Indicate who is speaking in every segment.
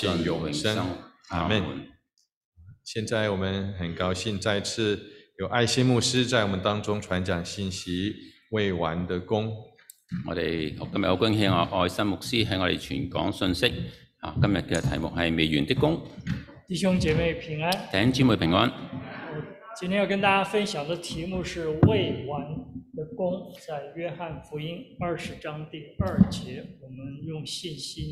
Speaker 1: 尽永生。阿门。
Speaker 2: 啊
Speaker 1: 现在我们很高兴再次有爱心牧师在我们当中传讲信息，未完的功。
Speaker 2: 我哋好今日好恭喜我愛心牧師喺我哋全港信息啊！今日嘅題目係未完的工，
Speaker 3: 弟兄姐妹平安，
Speaker 2: 弟兄姊妹平安。
Speaker 3: 我今天要跟大家分享的题目是“未完的功”。在约翰福音二十章第二节，我们用信心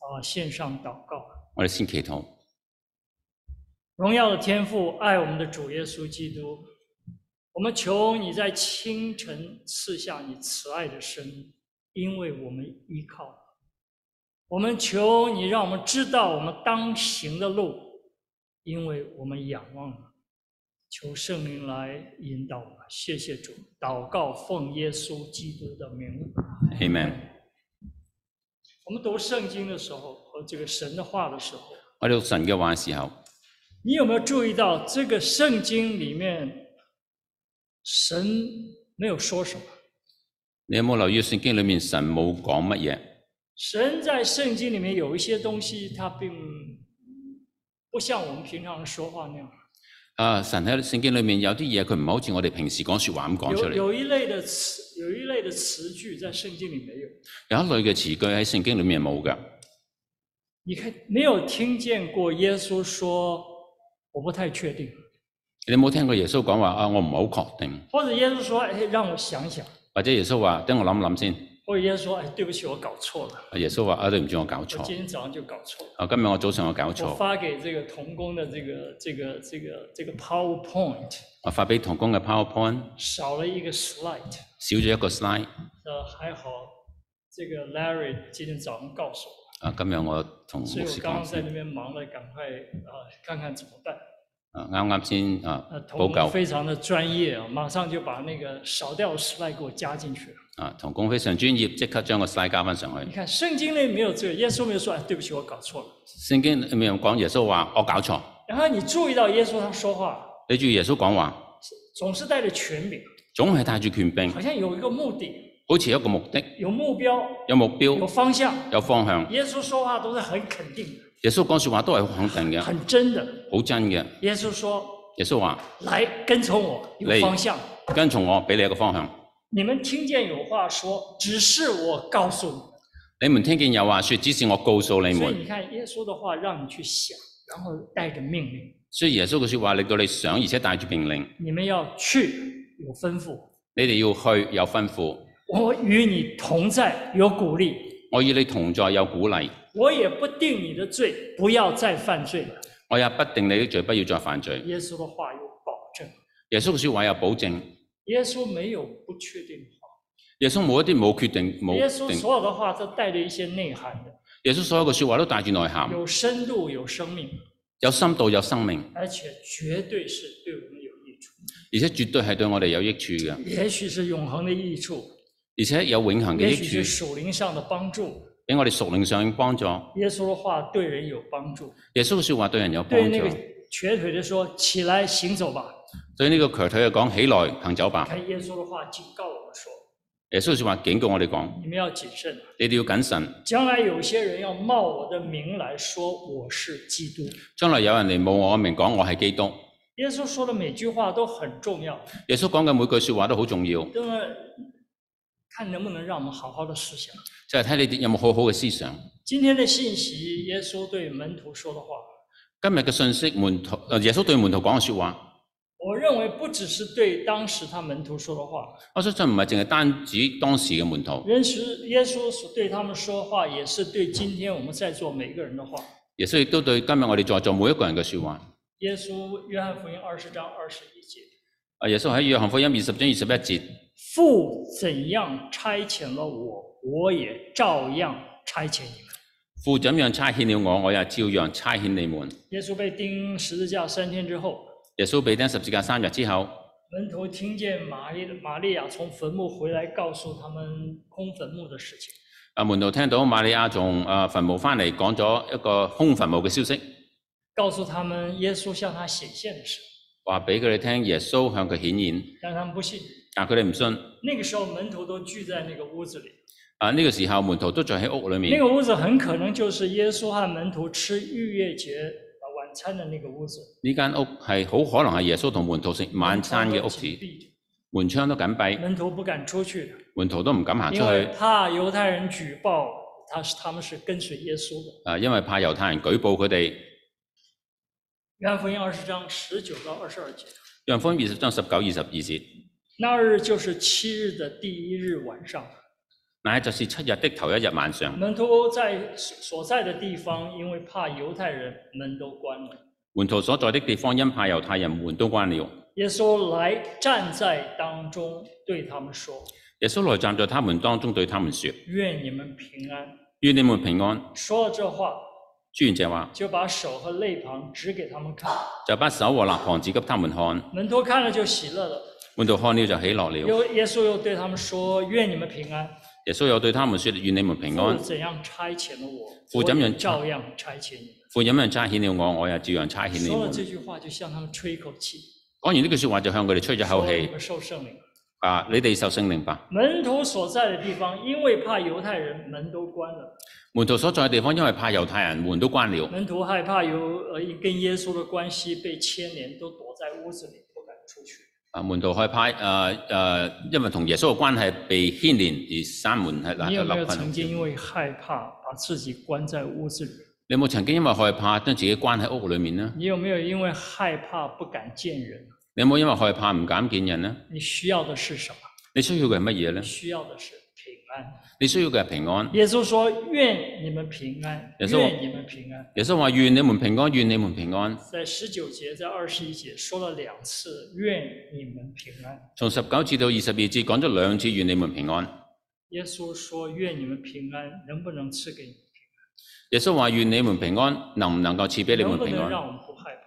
Speaker 3: 啊、献上祷告。
Speaker 2: 我哋先祈禱，
Speaker 3: 荣耀的天父，爱我们的主耶稣基督，我们求你在清晨赐下你慈爱的声音，因为我们依靠你。我们求你让我们知道我们当行的路，因为我们仰望你。求圣灵来引导我们，谢谢主。祷告奉耶稣基督的名。
Speaker 2: 阿門。
Speaker 3: 我们读圣经的时候和这个神的话的时候，
Speaker 2: 我哋讀神嘅話嘅時候，
Speaker 3: 你有没有注意到这个圣经里面，神没有说什么？
Speaker 2: 你有冇留意聖經裡面神冇講乜嘢？
Speaker 3: 神在圣经里面有一些东西，它并不像我们平常说话那样。
Speaker 2: 啊，神喺聖經裡面有啲嘢佢唔係好似我哋平時講説話咁講出
Speaker 3: 有
Speaker 2: 嚟，
Speaker 3: 有一类的词，有一类的词句在圣经里没有。
Speaker 2: 有一類嘅詞句喺聖經裡面冇㗎。
Speaker 3: 你看，没有听见过耶稣说“我不太确定
Speaker 2: 你有冇聽過耶穌講話啊？我唔係好確定，”，
Speaker 3: 或者耶稣说“哎，让我想想
Speaker 2: 或者耶穌話等我諗諗先。”，
Speaker 3: 或者耶稣说“哎，对不起，我搞错了，
Speaker 2: 耶穌話啊，對唔住，我搞
Speaker 3: 我今
Speaker 2: 錯。
Speaker 3: 天早上就搞错了”。
Speaker 2: 啊，今日我早上我搞錯
Speaker 3: 我。发给这个童工的这个这个这个这个 PowerPoint
Speaker 2: 我發俾童工嘅 PowerPoint
Speaker 3: 少了一个 slide，
Speaker 2: 少咗一個 slide。
Speaker 3: 呃，還好这个 Larry 今天早上告诉我，
Speaker 2: 啊，今日我同牧
Speaker 3: 所以我
Speaker 2: 師
Speaker 3: 刚
Speaker 2: 講
Speaker 3: 刚在
Speaker 2: 先
Speaker 3: 那。邊忙了，赶快啊、呃看看怎么办。
Speaker 2: 啊，啱啱先啊
Speaker 3: 呃，童
Speaker 2: 補
Speaker 3: 工
Speaker 2: 救
Speaker 3: 非常的专业啊，马上就把那个少掉的 slide 給我加進去。
Speaker 2: 啊，童工非常專業，即刻將個 slide 加翻上
Speaker 3: 你
Speaker 2: 去。
Speaker 3: 看聖經內沒有這個，耶穌沒有說，哎，對不起，我搞錯了。
Speaker 2: 聖經裡面講耶穌話：我搞錯。
Speaker 3: 然後你注意到耶穌他說話
Speaker 2: 你住耶穌講話，
Speaker 3: 總是帶着權柄，
Speaker 2: 總係帶住權柄，
Speaker 3: 好像有一個目的、
Speaker 2: 好似有一個目的，
Speaker 3: 有目標、
Speaker 2: 有目
Speaker 3: 有
Speaker 2: 標，
Speaker 3: 方向。
Speaker 2: 有方向。
Speaker 3: 耶穌說話都是很肯定的。
Speaker 2: 耶穌講説話都係好肯定嘅，
Speaker 3: 很真的。
Speaker 2: 好真嘅。
Speaker 3: 耶稣说
Speaker 2: 耶穌話：：“
Speaker 3: 来跟从我，有
Speaker 2: 累
Speaker 3: 方向。
Speaker 2: 跟從我，俾你一個方向。
Speaker 3: 你们听见有话说，只是我告诉你
Speaker 2: 你們聽見有話説，只是哎我告訴
Speaker 3: 们。”
Speaker 2: 你
Speaker 3: 所以
Speaker 2: 們。
Speaker 3: 你看，耶稣的话让你去想，然后带着命令，
Speaker 2: 所以耶穌嘅説話令到你想，而且帶住命令，
Speaker 3: 你们要去，有吩咐。
Speaker 2: 你哋要去有吩咐。
Speaker 3: 我与你同在，有鼓励。
Speaker 2: 我與你同在有鼓勵，
Speaker 3: 我也不定你的罪，不要再犯罪了。
Speaker 2: 我也不定你的罪，不要再犯罪。
Speaker 3: 耶稣的话有保证，
Speaker 2: 耶穌嘅説話有保證，
Speaker 3: 耶稣没有不确定的话，
Speaker 2: 耶穌冇一啲冇決定冇
Speaker 3: 耶稣
Speaker 2: 定，
Speaker 3: 所有的话都帶着一些內涵的，
Speaker 2: 耶穌所有嘅説話都帶住內涵，
Speaker 3: 有深度，有生命，
Speaker 2: 有深度有生命，
Speaker 3: 而且绝对是对我们有益处。
Speaker 2: 而且絕對係對我哋有益處嘅，
Speaker 3: 也许是永恒的益处，
Speaker 2: 而且有永恆嘅
Speaker 3: 也许是
Speaker 2: 益處，
Speaker 3: 属灵上的帮助。
Speaker 2: 俾我哋屬靈上幫助。
Speaker 3: 耶穌的话对人有帮助，
Speaker 2: 耶穌嘅説話對人有幫
Speaker 3: 对
Speaker 2: 助
Speaker 3: 那，个瘸腿的说：“起来，行走吧。
Speaker 2: 對呢個瘸腿嘅講起來行走”吧。
Speaker 3: 看耶穌的话警告我们说
Speaker 2: 耶穌嘅説話警告我哋講：：“
Speaker 3: 你们要谨慎，啊
Speaker 2: 你哋要謹慎，
Speaker 3: 将来有些人要冒我的名来说我是基督。
Speaker 2: 將來有人嚟冒我嘅名講我係基督。”
Speaker 3: 耶穌說的每句话都很重要，
Speaker 2: 耶穌講嘅每句説話都好重要，
Speaker 3: 那么看能不能让我们好好的思想。
Speaker 2: 就係睇你哋有冇好好嘅思想。
Speaker 3: 今天的信息，耶穌对门徒说的话，
Speaker 2: 今日嘅信息，門徒呃耶穌對門徒講嘅説話，
Speaker 3: 我认为不只是对当时他门徒说的话，
Speaker 2: 我相信唔係淨係單指當時嘅門徒，
Speaker 3: 人是耶稣所对他们说话，也是对今天我们在座每个人的话。
Speaker 2: 耶穌亦都對今日我哋在座每一個人嘅説話。
Speaker 3: 耶稣约翰福音二十章二十一节：
Speaker 2: 啊，耶穌喺約翰福音二十章二十一節，
Speaker 3: 父怎样差遣了我，我也照样差遣你们。
Speaker 2: 父怎樣差遣了我，我也照樣差遣你們。
Speaker 3: 耶稣被钉十字架三天之后，
Speaker 2: 耶穌被釘十字架三日之後，
Speaker 3: 门徒听见玛利玛利亚从坟墓回来，告诉他们空坟墓的事情。
Speaker 2: 啊門徒聽到瑪利亞從啊墳墓翻嚟，講咗一個空墳墓嘅消息，
Speaker 3: 告诉他们耶稣向他显现的事，
Speaker 2: 話俾佢哋聽，耶穌向佢顯現，
Speaker 3: 但他们不信。
Speaker 2: 但佢哋唔信。
Speaker 3: 那个时候，门徒都聚在那个屋子里，
Speaker 2: 啊，呢、個時候門徒都在喺屋裏
Speaker 3: 那
Speaker 2: 面
Speaker 3: 个，屋子很可能就是耶稣和门徒吃逾越节啊晚餐的那个屋子。
Speaker 2: 呢間屋係好可能係耶穌同門徒食晚餐嘅屋子，門窗都緊閉，
Speaker 3: 门徒不敢出去的，
Speaker 2: 門徒都唔敢行出
Speaker 3: 因为
Speaker 2: 去，
Speaker 3: 怕犹太人举报他是他们是跟随耶稣的。
Speaker 2: 啊，因為怕猶太人舉報佢哋。
Speaker 3: 约翰福音二十章十九到二十二节，
Speaker 2: 約翰福音二十章十九、二十二節，
Speaker 3: 那日就是七日的第一日晚上，
Speaker 2: 那就是七日的頭一日晚上，
Speaker 3: 门徒在所在的地方，因为怕犹太人，门都关了。
Speaker 2: 門徒所在的地方因怕猶太人門都關了。
Speaker 3: 耶稣来站在当中，對他们說
Speaker 2: 耶穌來站在他們當中，對他們說：：“
Speaker 3: 願你們平安。
Speaker 2: 願你們平安。””
Speaker 3: 说了这话，
Speaker 2: 朱元就話：
Speaker 3: 就把手和肋旁指給他們看。
Speaker 2: 就把手和肋旁指給他們看，
Speaker 3: 门徒看了就喜樂了。
Speaker 2: 門徒看了就喜樂了。
Speaker 3: 又耶穌又對他們說：“願你們平安。
Speaker 2: 耶穌又對他們說：願你們平安
Speaker 3: 父。怎樣差遣了我，
Speaker 2: 父怎樣
Speaker 3: 我也照樣差遣你
Speaker 2: 父有人差遣了我，我也照樣差
Speaker 3: 们。”
Speaker 2: 遣你
Speaker 3: 說了
Speaker 2: 們。
Speaker 3: 這句話，就向他們吹一口氣，
Speaker 2: 講完呢句説話，就向佢哋吹咗口
Speaker 3: 說你
Speaker 2: 氣。
Speaker 3: 們受聖靈。
Speaker 2: 啊，你哋受聖靈吧。
Speaker 3: 门徒所在的地方，因為怕猶太人，門都關了。
Speaker 2: 門徒所在嘅地方，因為怕猶太人，門都關了。
Speaker 3: 门徒害怕有呃跟耶穌的關係被牽連，都躲在屋子裡不敢出去。
Speaker 2: 啊，門徒害怕，誒、呃、誒、呃因為同耶穌嘅關係被牽連而閂門係
Speaker 3: 你有沒有
Speaker 2: 立
Speaker 3: 曾
Speaker 2: 困。
Speaker 3: 經因為害怕把自己關在屋子裡？
Speaker 2: 你有冇曾經因為害怕將自己關喺屋裏面呢？
Speaker 3: 你有沒有因為害怕不敢見人？
Speaker 2: 你有冇因為害怕唔敢見人呢？
Speaker 3: 你需要的是什么？
Speaker 2: 你需要嘅係乜嘢呢
Speaker 3: 你？需要的是平安。
Speaker 2: 你需要嘅係平安。
Speaker 3: 耶穌說：“願你們平安，
Speaker 2: 耶穌
Speaker 3: 愿你们平安。
Speaker 2: 耶穌話：願你們平安，願你們平安。”
Speaker 3: 在十九节，在二十一节说了两次“愿你们平安
Speaker 2: 從十九至到二十二節講咗兩次願你們平安。”。
Speaker 3: 耶穌说：“愿你们平安，能不能赐给你
Speaker 2: 耶穌話願你們平安，能唔能夠賜俾你
Speaker 3: 能
Speaker 2: 們
Speaker 3: 不
Speaker 2: 平
Speaker 3: 能让
Speaker 2: 安？
Speaker 3: 我们不害怕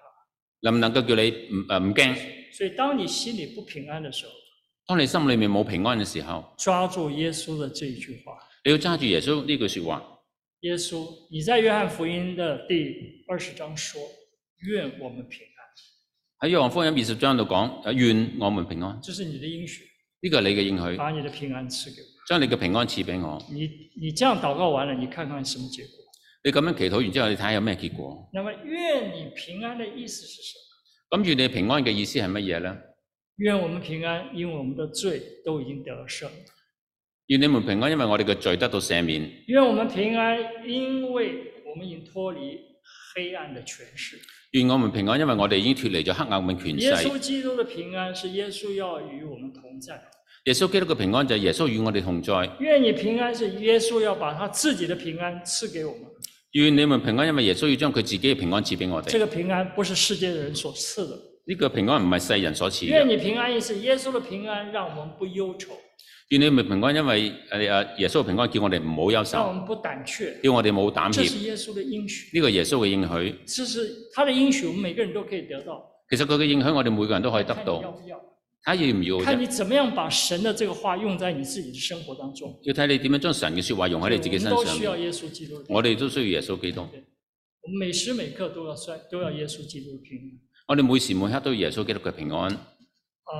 Speaker 2: 能唔能夠叫你唔誒唔驚？？”
Speaker 3: 所以，当你心里不平安的时候，
Speaker 2: 當你心裏面冇平安嘅時候，
Speaker 3: 抓住耶穌的这一句话。
Speaker 2: 你要揸住耶穌呢句説話。
Speaker 3: 耶稣，你在约翰福音的第二十章说：“愿我们平安
Speaker 2: 喺約翰福音二十章度講，呃願我們平安，”
Speaker 3: 这是你的应许，
Speaker 2: 呢個係你嘅應許，
Speaker 3: 把你的平安赐给我。
Speaker 2: 將你嘅平安賜俾我。
Speaker 3: 你你这样祷告完了，你看看什么结果？
Speaker 2: 你咁樣祈禱完之後，你睇下有咩結果？
Speaker 3: 那么，愿你平安的意思是什么？
Speaker 2: 咁願你平安嘅意思係乜嘢呢？
Speaker 3: 愿我们平安，因为我们的罪都已经得赦；
Speaker 2: 願你們平安，因為我哋嘅罪得到赦免。
Speaker 3: 愿我们平安，因为我们已经脱离黑暗的权势。
Speaker 2: 願我們平安，因為我哋已經脱離咗黑暗嘅權
Speaker 3: 耶稣
Speaker 2: 勢。
Speaker 3: 基督的平安是耶稣要与我们同在。
Speaker 2: 耶穌基督嘅平安就係耶穌與我哋同在。
Speaker 3: 愿你平安是耶稣要把他自己的平安赐给我们。
Speaker 2: 願你們平安，因為耶穌要將佢自己嘅平安賜俾我
Speaker 3: 这
Speaker 2: 哋。
Speaker 3: 个平安不是世界的人所赐的。
Speaker 2: 呢、個平安唔係世人所賜
Speaker 3: 愿
Speaker 2: 嘅。
Speaker 3: 你平安，意思耶穌的平安，让我们不忧愁，
Speaker 2: 願你們平安，因為誒誒耶穌嘅平安叫我哋唔好憂
Speaker 3: 让我
Speaker 2: 愁，
Speaker 3: 們不胆怯。
Speaker 2: 叫我哋冇膽
Speaker 3: 这
Speaker 2: 怯。
Speaker 3: 哦是耶穌的应许，
Speaker 2: 呢個耶穌嘅應許，
Speaker 3: 这是他的应许，我们每个人都可以得到。
Speaker 2: 其實佢嘅應許我哋每個人都可以得
Speaker 3: 看你
Speaker 2: 到，
Speaker 3: 要不要？
Speaker 2: 睇下要唔要
Speaker 3: 看你
Speaker 2: 啫。
Speaker 3: 怎么样把神的這個話用在你自己的生活當中。
Speaker 2: 要睇你點樣將神嘅説話用
Speaker 3: 我
Speaker 2: 喺你
Speaker 3: 們
Speaker 2: 自己身
Speaker 3: 都需要
Speaker 2: 上。
Speaker 3: 耶穌基督的平安，
Speaker 2: 我哋都需要耶穌基督，
Speaker 3: 我们每时每刻都要算都要耶穌基督的平安。
Speaker 2: 我哋每時每刻都要耶穌基督嘅平安。
Speaker 3: 啊、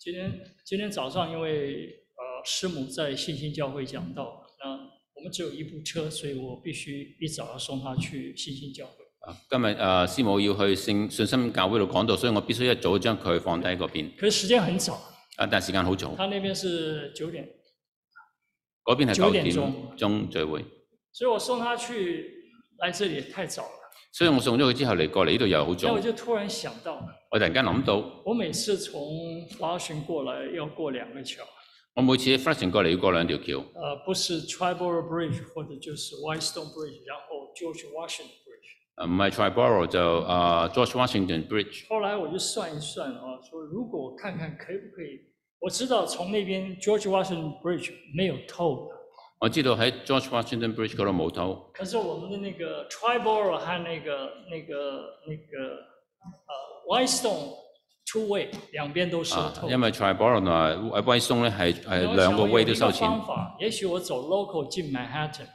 Speaker 3: 今天今天早上因为呃师母在信心教会讲道，那我们只有一部车，所以我必须一早要送她去信心教会。
Speaker 2: 啊今日誒、呃、師母要去聖信心教會度講道，所以我必須一早將佢放低嗰邊。
Speaker 3: 可是時間很早，
Speaker 2: 啊，但係時間好早，
Speaker 3: 她那邊是九點，
Speaker 2: 嗰邊係
Speaker 3: 九
Speaker 2: 九
Speaker 3: 點
Speaker 2: 點
Speaker 3: 鐘
Speaker 2: 鐘聚會，
Speaker 3: 所以我送她去來這裡也太早了。
Speaker 2: 所以我送咗佢之後嚟過嚟呢度又好
Speaker 3: 那
Speaker 2: 早
Speaker 3: 我。就突然想到，
Speaker 2: 我突然間諗到。
Speaker 3: 我每次從华巡過來要過兩個橋，
Speaker 2: 我每次 flashing 過嚟要過兩條橋，
Speaker 3: 呃，不是 Triborough Bridge 或者就是 Whitestone Bridge，然後 George Washington Bridge。
Speaker 2: 呃唔係 Triborough 就啊、George Washington Bridge。
Speaker 3: 后來我就算一算啊，說如果我看看可以不可以，我知道從那邊 George Washington Bridge 沒有透的，
Speaker 2: 我知道喺 George Washington Bridge 嗰度冇偷，
Speaker 3: 可是我們的那個 Triborough 和那個那個那個呃 Whitestone Two Way 兩邊都收
Speaker 2: 啊
Speaker 3: 透。
Speaker 2: 因為 Triborough 同埋威松咧係
Speaker 3: 然
Speaker 2: 係
Speaker 3: 後
Speaker 2: 兩個
Speaker 3: 我想
Speaker 2: way
Speaker 3: 有
Speaker 2: 都
Speaker 3: 一
Speaker 2: 收
Speaker 3: 個
Speaker 2: 錢
Speaker 3: 方，法，也許我走 local 進 Manhattan，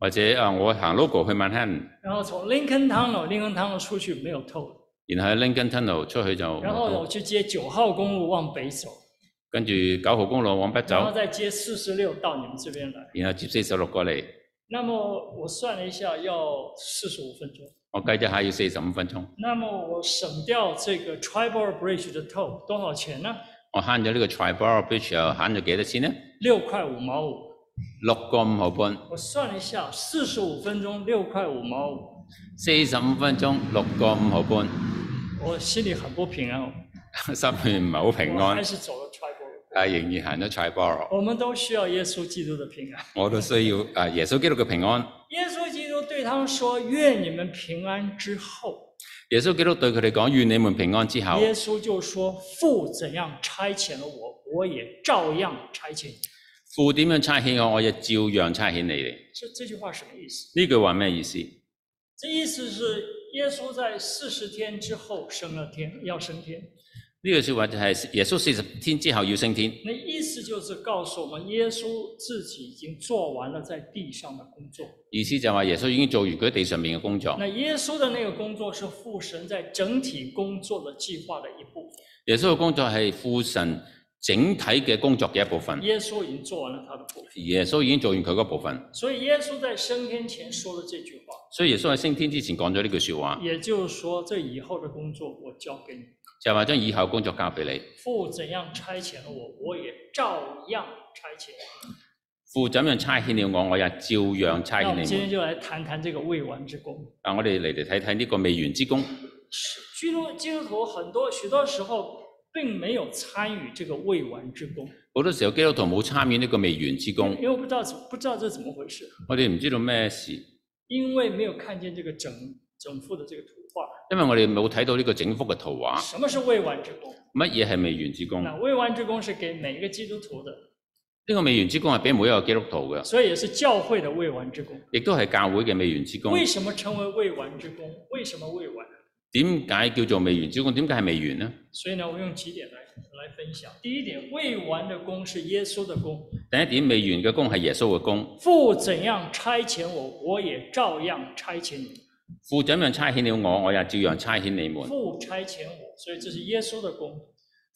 Speaker 2: 或者啊、我行 local 去 Manhattan，
Speaker 3: 然後從 Lincoln Tunnel，Lincoln Tunnel 出去沒有透，
Speaker 2: 然後喺 Lincoln Tunnel 出去就冇
Speaker 3: 然後我
Speaker 2: 偷，
Speaker 3: 去接九號公路往北走，
Speaker 2: 跟住九號公路往北
Speaker 3: 然后
Speaker 2: 走，
Speaker 3: 再接四十六到你们这边来。
Speaker 2: 然後接四十六過嚟，
Speaker 3: 那么我算了一下，要四十五分钟。
Speaker 2: 我計咗下要四十五分鐘。
Speaker 3: 那么我省掉这个 Tribal Bridge 的 toll 多少钱呢？
Speaker 2: 我慳咗呢個 Triborough Bridge 又慳咗幾多錢呢？
Speaker 3: 六块五毛五。
Speaker 2: 六個五毫半，
Speaker 3: 我算了一下，四十五分钟六块五毛五，
Speaker 2: 四十五分鐘六個五毫半，
Speaker 3: 我心里很不平安。哦
Speaker 2: 心裏唔係好平
Speaker 3: 我还
Speaker 2: 安，
Speaker 3: 是走了 Tribal。
Speaker 2: 但係仍然行咗 Triborough。
Speaker 3: 我们都需要耶稣基督的平安。
Speaker 2: 我都需要啊耶穌基督嘅平安。
Speaker 3: 耶稣基督对他们说：“愿你们平安。”之后，
Speaker 2: 耶穌基督對佢哋講：願你們平安之後，
Speaker 3: 耶稣就说：“父怎样差遣了我，我也照样差遣你。
Speaker 2: 父點樣差遣我，我亦照樣差遣你哋。”
Speaker 3: 这这句话什么意思？
Speaker 2: 呢句話咩意思？
Speaker 3: 这意思是耶稣在四十天之后升了天，要升天。
Speaker 2: 呢句说話就係耶穌四十天之後要升天，
Speaker 3: 那意思就是告诉我们，耶稣自己已经做完了在地上的工作。
Speaker 2: 意思就話耶穌已經做完佢喺地上面嘅工作
Speaker 3: 那。耶稣的那个工作是父神在整体工作的计划的一部分。
Speaker 2: 耶穌嘅工作係父神整體嘅工作嘅一部分。
Speaker 3: 耶稣已经做完了他的部分，
Speaker 2: 耶穌已經做完佢嗰部分，
Speaker 3: 所以耶稣在升天前说的这句话，
Speaker 2: 所以耶穌喺升天之前講咗呢句说話，
Speaker 3: 也就是说，这以后的工作我交给你，
Speaker 2: 就係話將以後工作交俾你。
Speaker 3: 父怎样差遣了我，我也照样差遣你。
Speaker 2: 父怎樣差遣了我，我也照樣差
Speaker 3: 那
Speaker 2: 遣
Speaker 3: 我们
Speaker 2: 你
Speaker 3: 今天
Speaker 2: 們。
Speaker 3: 就来谈谈这个未完之功。
Speaker 2: 啊，我哋嚟嚟睇睇呢個未完之功。
Speaker 3: 基督基督徒很多许多时候并没有参与这个未完之功，
Speaker 2: 好多時候基督徒冇參與呢個未完之功
Speaker 3: 因，为我不知道怎不知道这怎么回事，
Speaker 2: 我哋唔知道咩事，
Speaker 3: 因为没有看见这个整整幅的这个图画。
Speaker 2: 因為我哋冇睇到呢個整幅嘅圖畫。
Speaker 3: 什么是未完之功？
Speaker 2: 乜嘢係未完之功？
Speaker 3: 那
Speaker 2: 呢、
Speaker 3: 未完之功是给每一个基督徒的，
Speaker 2: 個未完之功係俾每一個基督徒嘅，
Speaker 3: 所以也是教会的未完之功。
Speaker 2: 亦都係教會嘅未完之功
Speaker 3: 为。什么称为未完之功？为什么未完？
Speaker 2: 點解叫做未完之功？點解係未完呢？
Speaker 3: 所以呢，我用几点来来分享。第一点，未完的功是耶稣的功，
Speaker 2: 第一點，未完嘅功係耶穌嘅功。
Speaker 3: 父怎样差遣我，我也照样差遣你。
Speaker 2: 父怎樣差遣了我，我也照樣差遣你們。
Speaker 3: 父差遣我，所以这是耶稣的功，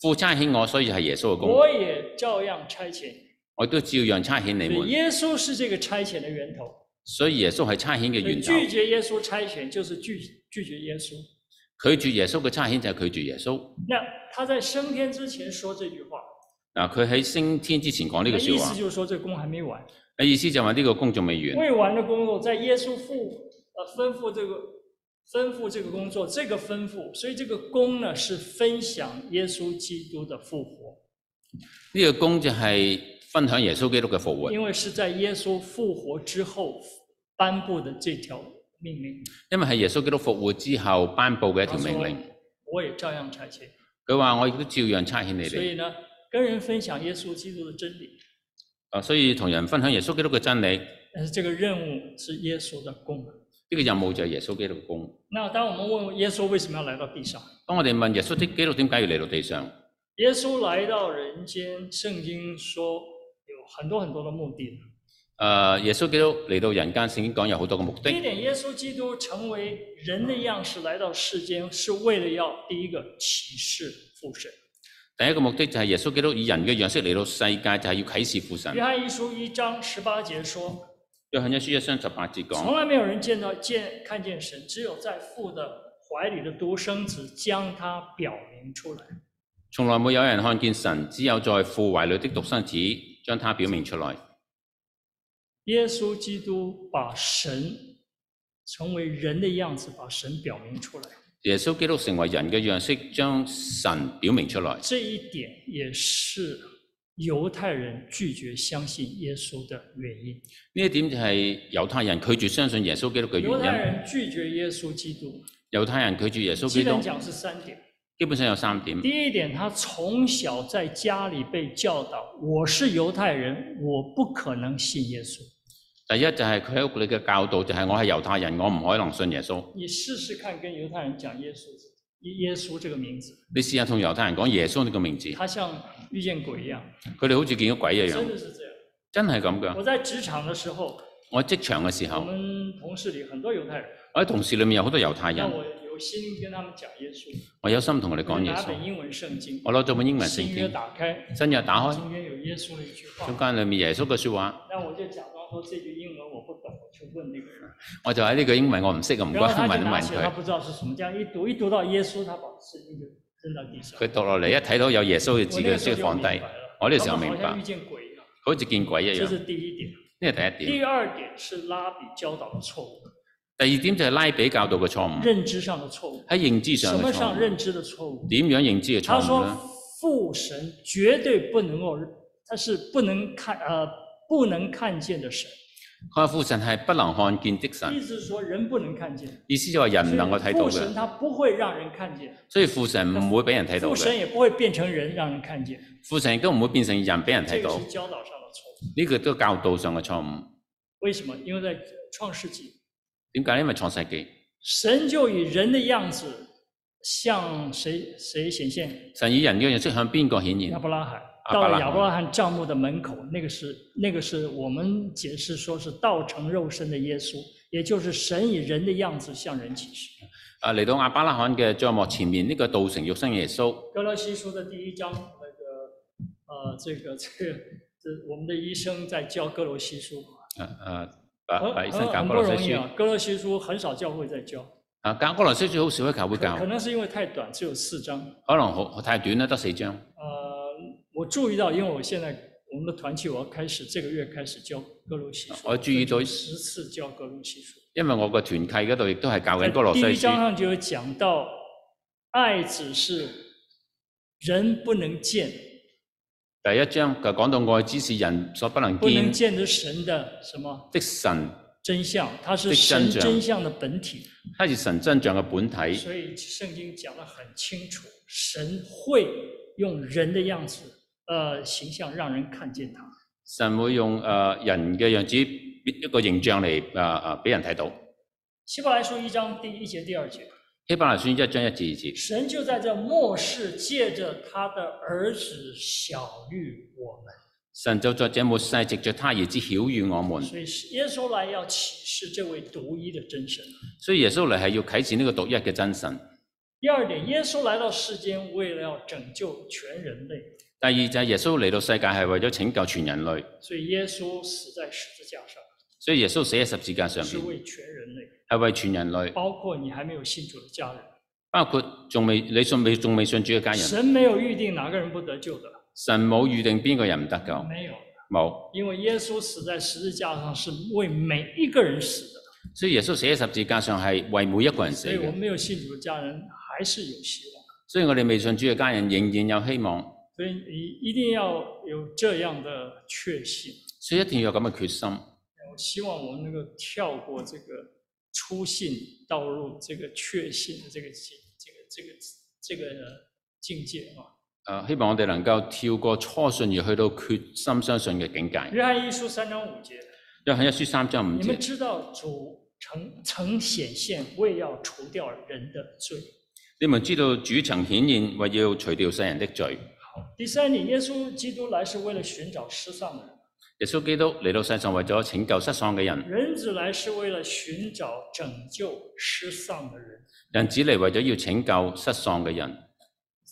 Speaker 2: 父差遣我，所以係耶穌嘅功
Speaker 3: 我，也照样差遣你。
Speaker 2: 我亦都照樣差遣你
Speaker 3: 所以
Speaker 2: 們。
Speaker 3: 耶稣是这个差遣的源头，
Speaker 2: 所以耶穌係差遣嘅
Speaker 3: 所以
Speaker 2: 源
Speaker 3: 拒
Speaker 2: 頭。
Speaker 3: 绝耶稣差遣就是拒拒絕耶穌。
Speaker 2: 拒絕耶穌嘅差遣就係拒絕耶穌。
Speaker 3: 那他在升天之前说这句话，
Speaker 2: 嗱，佢喺升天之前講呢
Speaker 3: 那
Speaker 2: 句
Speaker 3: 意
Speaker 2: 説
Speaker 3: 思
Speaker 2: 話，
Speaker 3: 就是说这功还没完，
Speaker 2: 意思就話呢個工仲未完。
Speaker 3: 未完的工作在耶稣父呃吩咐这个吩咐这个工作，这个吩咐，所以这个功呢是分享耶稣基督的复活，
Speaker 2: 呢、個工就係分享耶穌基督嘅復活，
Speaker 3: 因为是在耶稣复活之后颁布的这条命令。
Speaker 2: 因為係耶穌基督復活之後頒布嘅一條
Speaker 3: 他
Speaker 2: 命令。
Speaker 3: 说我也照样差遣。
Speaker 2: 佢話：我亦都照樣差遣你
Speaker 3: 所
Speaker 2: 哋。
Speaker 3: 以呢，跟人分享耶稣基督的真理，
Speaker 2: 啊，所以同人分享耶穌基督嘅真理，呢、
Speaker 3: 但呃是这个任务是耶稣的功。
Speaker 2: 個任務就係耶穌基督嘅功。
Speaker 3: 那当我们问耶稣为什么要来到地上，
Speaker 2: 當我哋問耶穌的基督點解要嚟到地上，
Speaker 3: 耶稣来到人间，圣经说有很多很多的目的。
Speaker 2: 誒、呃耶穌基督嚟到人間，聖經講有好多嘅目
Speaker 3: 第一
Speaker 2: 的。
Speaker 3: 点，耶稣基督成为人的样式来到世间，是为了要第一个启示父神。
Speaker 2: 第一個目的就係耶穌基督以人嘅樣式嚟到世界，就係要啟示父神
Speaker 3: 约。翰一书一章十八节说
Speaker 2: 約翰一書一章十八節：“
Speaker 3: 从
Speaker 2: 講，
Speaker 3: 来没有人见到见看见神，只有在父的怀里的独生子将他表明出来。”
Speaker 2: 從來沒有人看見神，只有在父懷裏的獨生子將他表明出來。
Speaker 3: 耶穌基督把神成为人的样子，把神表明出来，
Speaker 2: 耶穌基督成為人嘅樣式，將神表明出來。
Speaker 3: 这一点也是犹太人拒绝相信耶稣的原因。
Speaker 2: 呢一點就係猶太人拒絕相信耶穌基督嘅
Speaker 3: 犹太
Speaker 2: 原因。
Speaker 3: 人拒绝耶稣基督，
Speaker 2: 猶太人拒絕耶穌
Speaker 3: 基
Speaker 2: 基督
Speaker 3: 本，讲是三点。
Speaker 2: 基本上有三點。
Speaker 3: 第一点，他从小在家里被教导：“我是犹太人，我不可能信耶稣。
Speaker 2: 第一就係佢喺屋裏嘅教導，就係我係猶太人，我唔可能信耶穌。”
Speaker 3: 你试试看，跟犹太人讲耶稣，耶耶稣这个名字，
Speaker 2: 你試下同猶太人講耶穌呢個名字，
Speaker 3: 他像遇见鬼一样，
Speaker 2: 佢哋好似見到鬼一
Speaker 3: 真
Speaker 2: 樣，
Speaker 3: 的是这样。
Speaker 2: 真係咁噶
Speaker 3: 我。在职场的时候，
Speaker 2: 我職場嘅時
Speaker 3: 我
Speaker 2: 候，
Speaker 3: 们同事里很多犹太人，
Speaker 2: 我喺同事裏面有好多猶太
Speaker 3: 那
Speaker 2: 人，
Speaker 3: 我有有心跟他们讲耶稣，
Speaker 2: 我有心同佢哋講耶
Speaker 3: 拿本
Speaker 2: 穌。
Speaker 3: 英文圣经，
Speaker 2: 我攞咗本英文聖
Speaker 3: 新约
Speaker 2: 經，
Speaker 3: 打開，
Speaker 2: 新約打開，
Speaker 3: 中间有耶稣的一句
Speaker 2: 中
Speaker 3: 话，
Speaker 2: 間裡面耶穌嘅説話，
Speaker 3: 那我就假装说这句英文我不懂，我去問那个人，
Speaker 2: 我就喺呢個英文我唔識嘅，唔該
Speaker 3: 然后他
Speaker 2: 問
Speaker 3: 就
Speaker 2: 一
Speaker 3: 拿
Speaker 2: 問
Speaker 3: 起他
Speaker 2: 佢。
Speaker 3: 不知道是什么，这樣一讀一讀到耶穌，他把聖經就扔到地上。
Speaker 2: 佢讀落嚟一睇到有耶穌，佢自
Speaker 3: 我
Speaker 2: 己
Speaker 3: 那
Speaker 2: 就
Speaker 3: 个时
Speaker 2: 識
Speaker 3: 候
Speaker 2: 得
Speaker 3: 就
Speaker 2: 放
Speaker 3: 明
Speaker 2: 低
Speaker 3: 白。了，
Speaker 2: 我呢個時候
Speaker 3: 他们
Speaker 2: 明
Speaker 3: 好像
Speaker 2: 白
Speaker 3: 遇，見鬼一樣，
Speaker 2: 好似見鬼一
Speaker 3: 这
Speaker 2: 樣。
Speaker 3: 啊是第一点。
Speaker 2: 呢個第一點。
Speaker 3: 第二点是拉比教導的錯誤，
Speaker 2: 第二點就係拉比教導嘅錯誤，
Speaker 3: 認知上的錯誤。
Speaker 2: 喺認知上嘅
Speaker 3: 什麼
Speaker 2: 錯
Speaker 3: 上
Speaker 2: 誤
Speaker 3: 認。知的錯誤？
Speaker 2: 點樣認知嘅
Speaker 3: 他
Speaker 2: 錯誤
Speaker 3: 說
Speaker 2: 呢？
Speaker 3: 父神絕對不能夠，他是不能看呃不能看見的神，
Speaker 2: 佢話父神係不能看見的
Speaker 3: 意
Speaker 2: 神，
Speaker 3: 思是說人不能看見，
Speaker 2: 意思就係人唔能夠睇到
Speaker 3: 嗯父神
Speaker 2: 嘅，
Speaker 3: 他不會讓人看見，
Speaker 2: 所以父神唔會俾人睇到
Speaker 3: 父神
Speaker 2: 嘅，
Speaker 3: 也不會變成人讓人看見，
Speaker 2: 父神亦都唔會變成人俾人睇
Speaker 3: 這
Speaker 2: 到
Speaker 3: 個。是教導上的錯誤。
Speaker 2: 呢個都係教導上嘅錯誤。
Speaker 3: 為什麼？因為在創世紀，
Speaker 2: 點解？因為創世紀，
Speaker 3: 神就以人的樣子向誰誰顯現？
Speaker 2: 神以人嘅樣式向邊個顯
Speaker 3: 亚
Speaker 2: 現？
Speaker 3: 伯拉罕
Speaker 2: 阿
Speaker 3: 到
Speaker 2: 伯
Speaker 3: 了
Speaker 2: 拉
Speaker 3: 亚
Speaker 2: 罕
Speaker 3: 伯拉罕帐幕的门口，那个是那个是我们解释说是道成肉身的耶稣，也就是神以人的样子向人启示。
Speaker 2: 啊，嚟到亞伯拉罕嘅帳幕前面，呢、個道成肉身嘅耶穌。
Speaker 3: 哥罗西书的第一章，那个呃，这个 这个这我们的医生在教哥罗西书，
Speaker 2: 啊啊，白
Speaker 3: 很
Speaker 2: 白醫生
Speaker 3: 很
Speaker 2: 教
Speaker 3: 很
Speaker 2: 哥
Speaker 3: 不
Speaker 2: 羅
Speaker 3: 容易
Speaker 2: 西書。
Speaker 3: 啊。哥罗西书很少教会在教，
Speaker 2: 啊，教哥羅西書好少喺教會教
Speaker 3: 可，能是因为太短，只有四章。
Speaker 2: 可能好太短啦，得四章。
Speaker 3: 呃，我注意到，因为我现在我们的团契我要开始这个月开始教哥罗西书，
Speaker 2: 我注意到
Speaker 3: 十次教哥罗西书。
Speaker 2: 因為我個團契嗰度亦都係教緊哥羅西
Speaker 3: 第一章啊
Speaker 2: 書。
Speaker 3: 上就有讲到，爱只是人不能见，
Speaker 2: 第一章就講到愛之是人所不能
Speaker 3: 不能
Speaker 2: 見
Speaker 3: 见的神的什么
Speaker 2: 的神，
Speaker 3: 真相，它是
Speaker 2: 这
Speaker 3: 神
Speaker 2: 真相
Speaker 3: 真相的本体。
Speaker 2: 它是神真像嘅本體。
Speaker 3: 所以圣经讲得很清楚，神会用人的样子，呃，形象让人看见他。
Speaker 2: 神會用誒、呃人嘅樣子一個形象嚟誒誒俾人睇到。
Speaker 3: 希伯来书一章第一节、第二节，
Speaker 2: 希伯來書一章一至二節。
Speaker 3: 神就在这末世借着他的儿子小律我们。
Speaker 2: 神就在這末世藉着他兒子曉喻我們，
Speaker 3: 所以耶稣来要启示这位独一的真神。
Speaker 2: 所以耶穌嚟係要啟示呢個獨一嘅真神。
Speaker 3: 第二点，耶稣来到世间，为了要拯救全人类，
Speaker 2: 第二就係耶穌嚟到世界係為咗拯救全人類，
Speaker 3: 所以耶稣死在十字架上，
Speaker 2: 所以耶穌死喺十字架上
Speaker 3: 是
Speaker 2: 面
Speaker 3: 为全人类，
Speaker 2: 係為全人類，
Speaker 3: 包括你还没有信主的家人。
Speaker 2: 包括仲未你信未仲未信主嘅家人。
Speaker 3: 神没有预定哪个人不得救的，
Speaker 2: 神冇預定邊個人唔得救，
Speaker 3: 没有，
Speaker 2: 冇。
Speaker 3: 因为耶稣死在十字架上是为每一个人死的，
Speaker 2: 所以耶穌死喺十字架上係為每一個人死
Speaker 3: 所以我
Speaker 2: 嘅
Speaker 3: 们，没有信主的家人还是有希望。
Speaker 2: 所以我哋未信主嘅家人仍然有希望，
Speaker 3: 所以你一定要有这样的确信。
Speaker 2: 所以一定要有咁嘅決心。
Speaker 3: 我希望我们能够跳过这个初信道路这个确信的这个境这个这个这个境界啊。
Speaker 2: 呃希望我哋能夠跳過初信而去到決心相信嘅境界。
Speaker 3: 约翰一书三章五节，
Speaker 2: 約翰一書三章五
Speaker 3: 你
Speaker 2: 節
Speaker 3: 们。知道主曾曾显现，为要除掉人的罪。
Speaker 2: 你們知道主曾顯現，為要除掉世人的罪。
Speaker 3: 第三点，耶稣基督来是为了寻找失丧的
Speaker 2: 耶穌基督嚟到世上，為咗拯救失喪嘅人；
Speaker 3: 人，人子来是为了寻找拯救失丧的人。
Speaker 2: 人子嚟為咗要拯救失喪嘅人。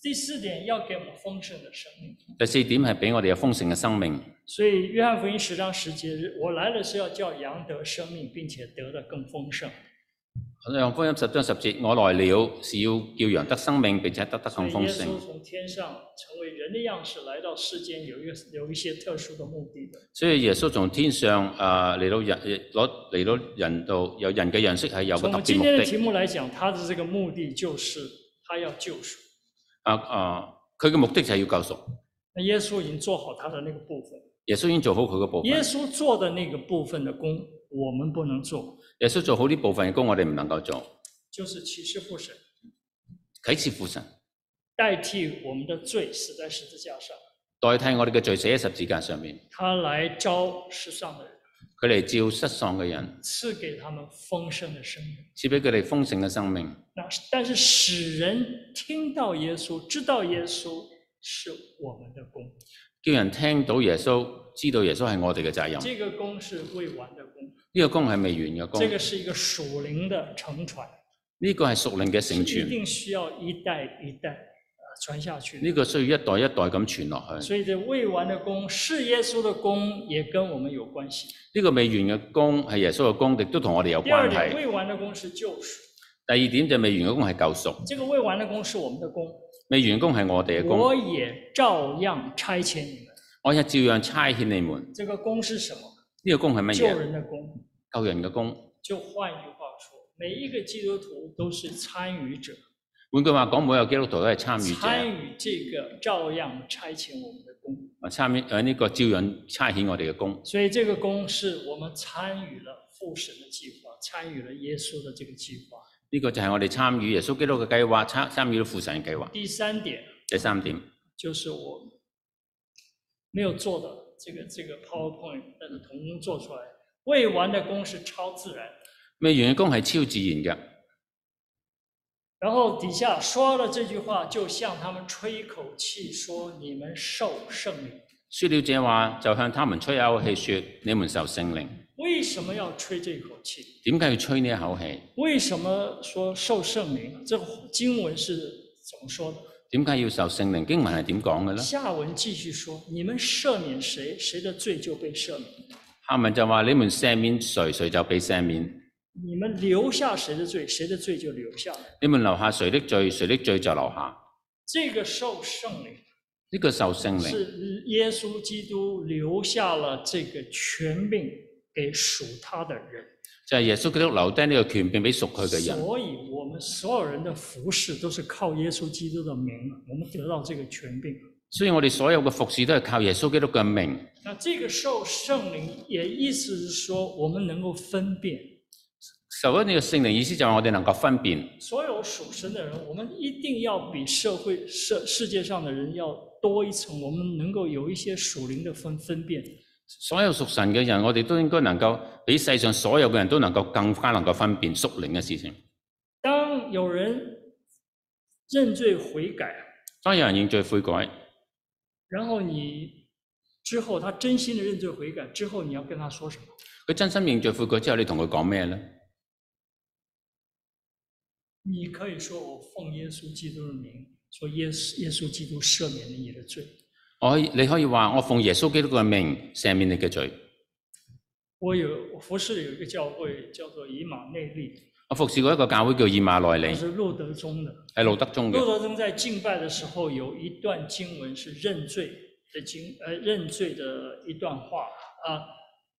Speaker 3: 第四点，要给我们丰盛的生命。
Speaker 2: 第四點係俾我哋有豐盛嘅生命。
Speaker 3: 所以，约翰福音十章十节，我来了是要叫羊得生命，并且得的更丰盛。
Speaker 2: 約翰福音十章十節：我來了，是要叫羊得生命，並且得得
Speaker 3: 所
Speaker 2: 更
Speaker 3: 以，
Speaker 2: 豐
Speaker 3: 耶
Speaker 2: 盛。
Speaker 3: 稣从天上成为人的样式来到世间，有一个有一些特殊的目的的。
Speaker 2: 所以耶穌從天上啊嚟、到人攞嚟到人度，有人嘅樣式係有個
Speaker 3: 从
Speaker 2: 特
Speaker 3: 我们
Speaker 2: 別
Speaker 3: 今
Speaker 2: 目
Speaker 3: 天的题
Speaker 2: 的。
Speaker 3: 目来讲，他的这个目的就是他要救赎。
Speaker 2: 啊啊，佢、嘅目的就係要救贖。
Speaker 3: 那耶穌已经做好他的那个部分，
Speaker 2: 耶穌已經做好佢嘅部分。
Speaker 3: 耶穌做的那个部分的功，我们不能做，
Speaker 2: 耶穌做好呢部分嘅工，我哋唔能夠做。
Speaker 3: 就是启示父神
Speaker 2: 啟示父神。
Speaker 3: 代替我们的罪死在十字架上，
Speaker 2: 代替我哋嘅罪死喺十字架上面，
Speaker 3: 他来招世上的人，
Speaker 2: 佢嚟照失喪嘅人，
Speaker 3: 赐给他们丰盛的生命。
Speaker 2: 賜俾佢哋豐盛嘅生命。
Speaker 3: 那啊但是使人听到耶稣、知道耶稣是我们的功，
Speaker 2: 叫人聽到耶穌，知道耶穌係我哋嘅責任。
Speaker 3: 这个功是未完的功，
Speaker 2: 呢、個工係未完嘅工，
Speaker 3: 这
Speaker 2: 呢、
Speaker 3: 个是一个属灵的承传。
Speaker 2: 呢個係屬靈嘅
Speaker 3: 是
Speaker 2: 成
Speaker 3: 一
Speaker 2: 全，
Speaker 3: 定需要一代一代呃传下去的。
Speaker 2: 呢、個需要一代一代咁傳落去。
Speaker 3: 所以这未完的功是耶稣的功，也跟我们有关系。
Speaker 2: 呢、個未完嘅功係耶穌嘅功，亦都同我哋有
Speaker 3: 第二
Speaker 2: 關
Speaker 3: 点，
Speaker 2: 係。
Speaker 3: 未完的功是救赎，
Speaker 2: 第二點就未完嘅功係救贖，
Speaker 3: 这个未完的功是我们的功，
Speaker 2: 未完嘅功係我哋嘅
Speaker 3: 我
Speaker 2: 功，
Speaker 3: 也照样差遣你们。
Speaker 2: 我也照樣差遣你們。
Speaker 3: 这个功是什么？
Speaker 2: 呢、個功係乜
Speaker 3: 救
Speaker 2: 嘢？
Speaker 3: 人的功。
Speaker 2: 救人嘅功。
Speaker 3: 就换一句话说，每一个基督徒都是参与者，
Speaker 2: 換句話講，每個基督徒都係參與
Speaker 3: 参
Speaker 2: 者，
Speaker 3: 与这个照樣差遣我们的工，
Speaker 2: 啊參與誒呢個照樣差遣我哋嘅功。
Speaker 3: 所以这个工是我们参与了父神的计划，参与了耶稣的这个计划。
Speaker 2: 呢、個就係我哋參與耶穌基督嘅計劃，參參與到父神嘅計劃。
Speaker 3: 第三点
Speaker 2: 第三點，
Speaker 3: 就是我没有做的这个这个 PowerPoint，但是童工做出来未完的工是超自然。
Speaker 2: 未完嘅功係超自然嘅。
Speaker 3: 然后底下说了这句话，就向他们吹一口气，说：“你们受圣灵。
Speaker 2: 說了這話，就向他們吹一口氣，說：你們受聖靈。”
Speaker 3: 为什么要吹这口气？
Speaker 2: 點解要吹呢一口氣？
Speaker 3: 为什么说受圣灵？这个经文是怎么说的？
Speaker 2: 點解要受聖靈？經文係點講嘅呢？
Speaker 3: 下文继续说：你们赦免谁，谁的罪就被赦免；
Speaker 2: 下文就話：你們赦免誰，誰就被赦免；
Speaker 3: 你们留下谁的罪，谁的罪就留下来。
Speaker 2: 你們留下誰的罪，誰的罪就留下。
Speaker 3: 这个受圣灵
Speaker 2: 呢、個受聖靈
Speaker 3: 是耶稣基督留下了这个权柄给属他的人，
Speaker 2: 就係耶穌基督留低呢個權柄俾屬佢嘅人，
Speaker 3: 所以我们所有人的服侍都是靠耶稣基督的名，啊我们得到这个权柄。
Speaker 2: 所以我哋所有嘅服侍都係靠耶穌基督嘅名。
Speaker 3: 那这个受圣灵也意思是说，我们能够分辨。
Speaker 2: 受咗呢個聖靈意思就係我哋能夠分辨，
Speaker 3: 所有属神的人，我们一定要比社会世世界上的人要多一层，我们能够有一些属灵的分分辨。
Speaker 2: 所有屬神嘅人，我哋都應該能夠比世上所有嘅人都能夠更加能夠分辨屬靈嘅事情。
Speaker 3: 当有人认罪悔改，
Speaker 2: 當有人認罪悔改，
Speaker 3: 然后你之后他真心的认罪悔改之后，你要跟他说什么？
Speaker 2: 佢真心認罪悔改之後，你同佢講咩呢？
Speaker 3: 你可以说我奉耶稣基督的名，说耶稣耶稣基督赦免了你的罪，
Speaker 2: 我可以你可以話我奉耶穌基督嘅名赦免你嘅罪。
Speaker 3: 我有我服侍有一个教会叫做以马内利，
Speaker 2: 我服侍過一個教會叫以馬內
Speaker 3: 它
Speaker 2: 利，
Speaker 3: 是路德宗的。
Speaker 2: 喺路德宗
Speaker 3: 路
Speaker 2: 嘅。
Speaker 3: 德宗在敬拜的时候有一段经文是认罪的经，呃，认罪的一段话啊，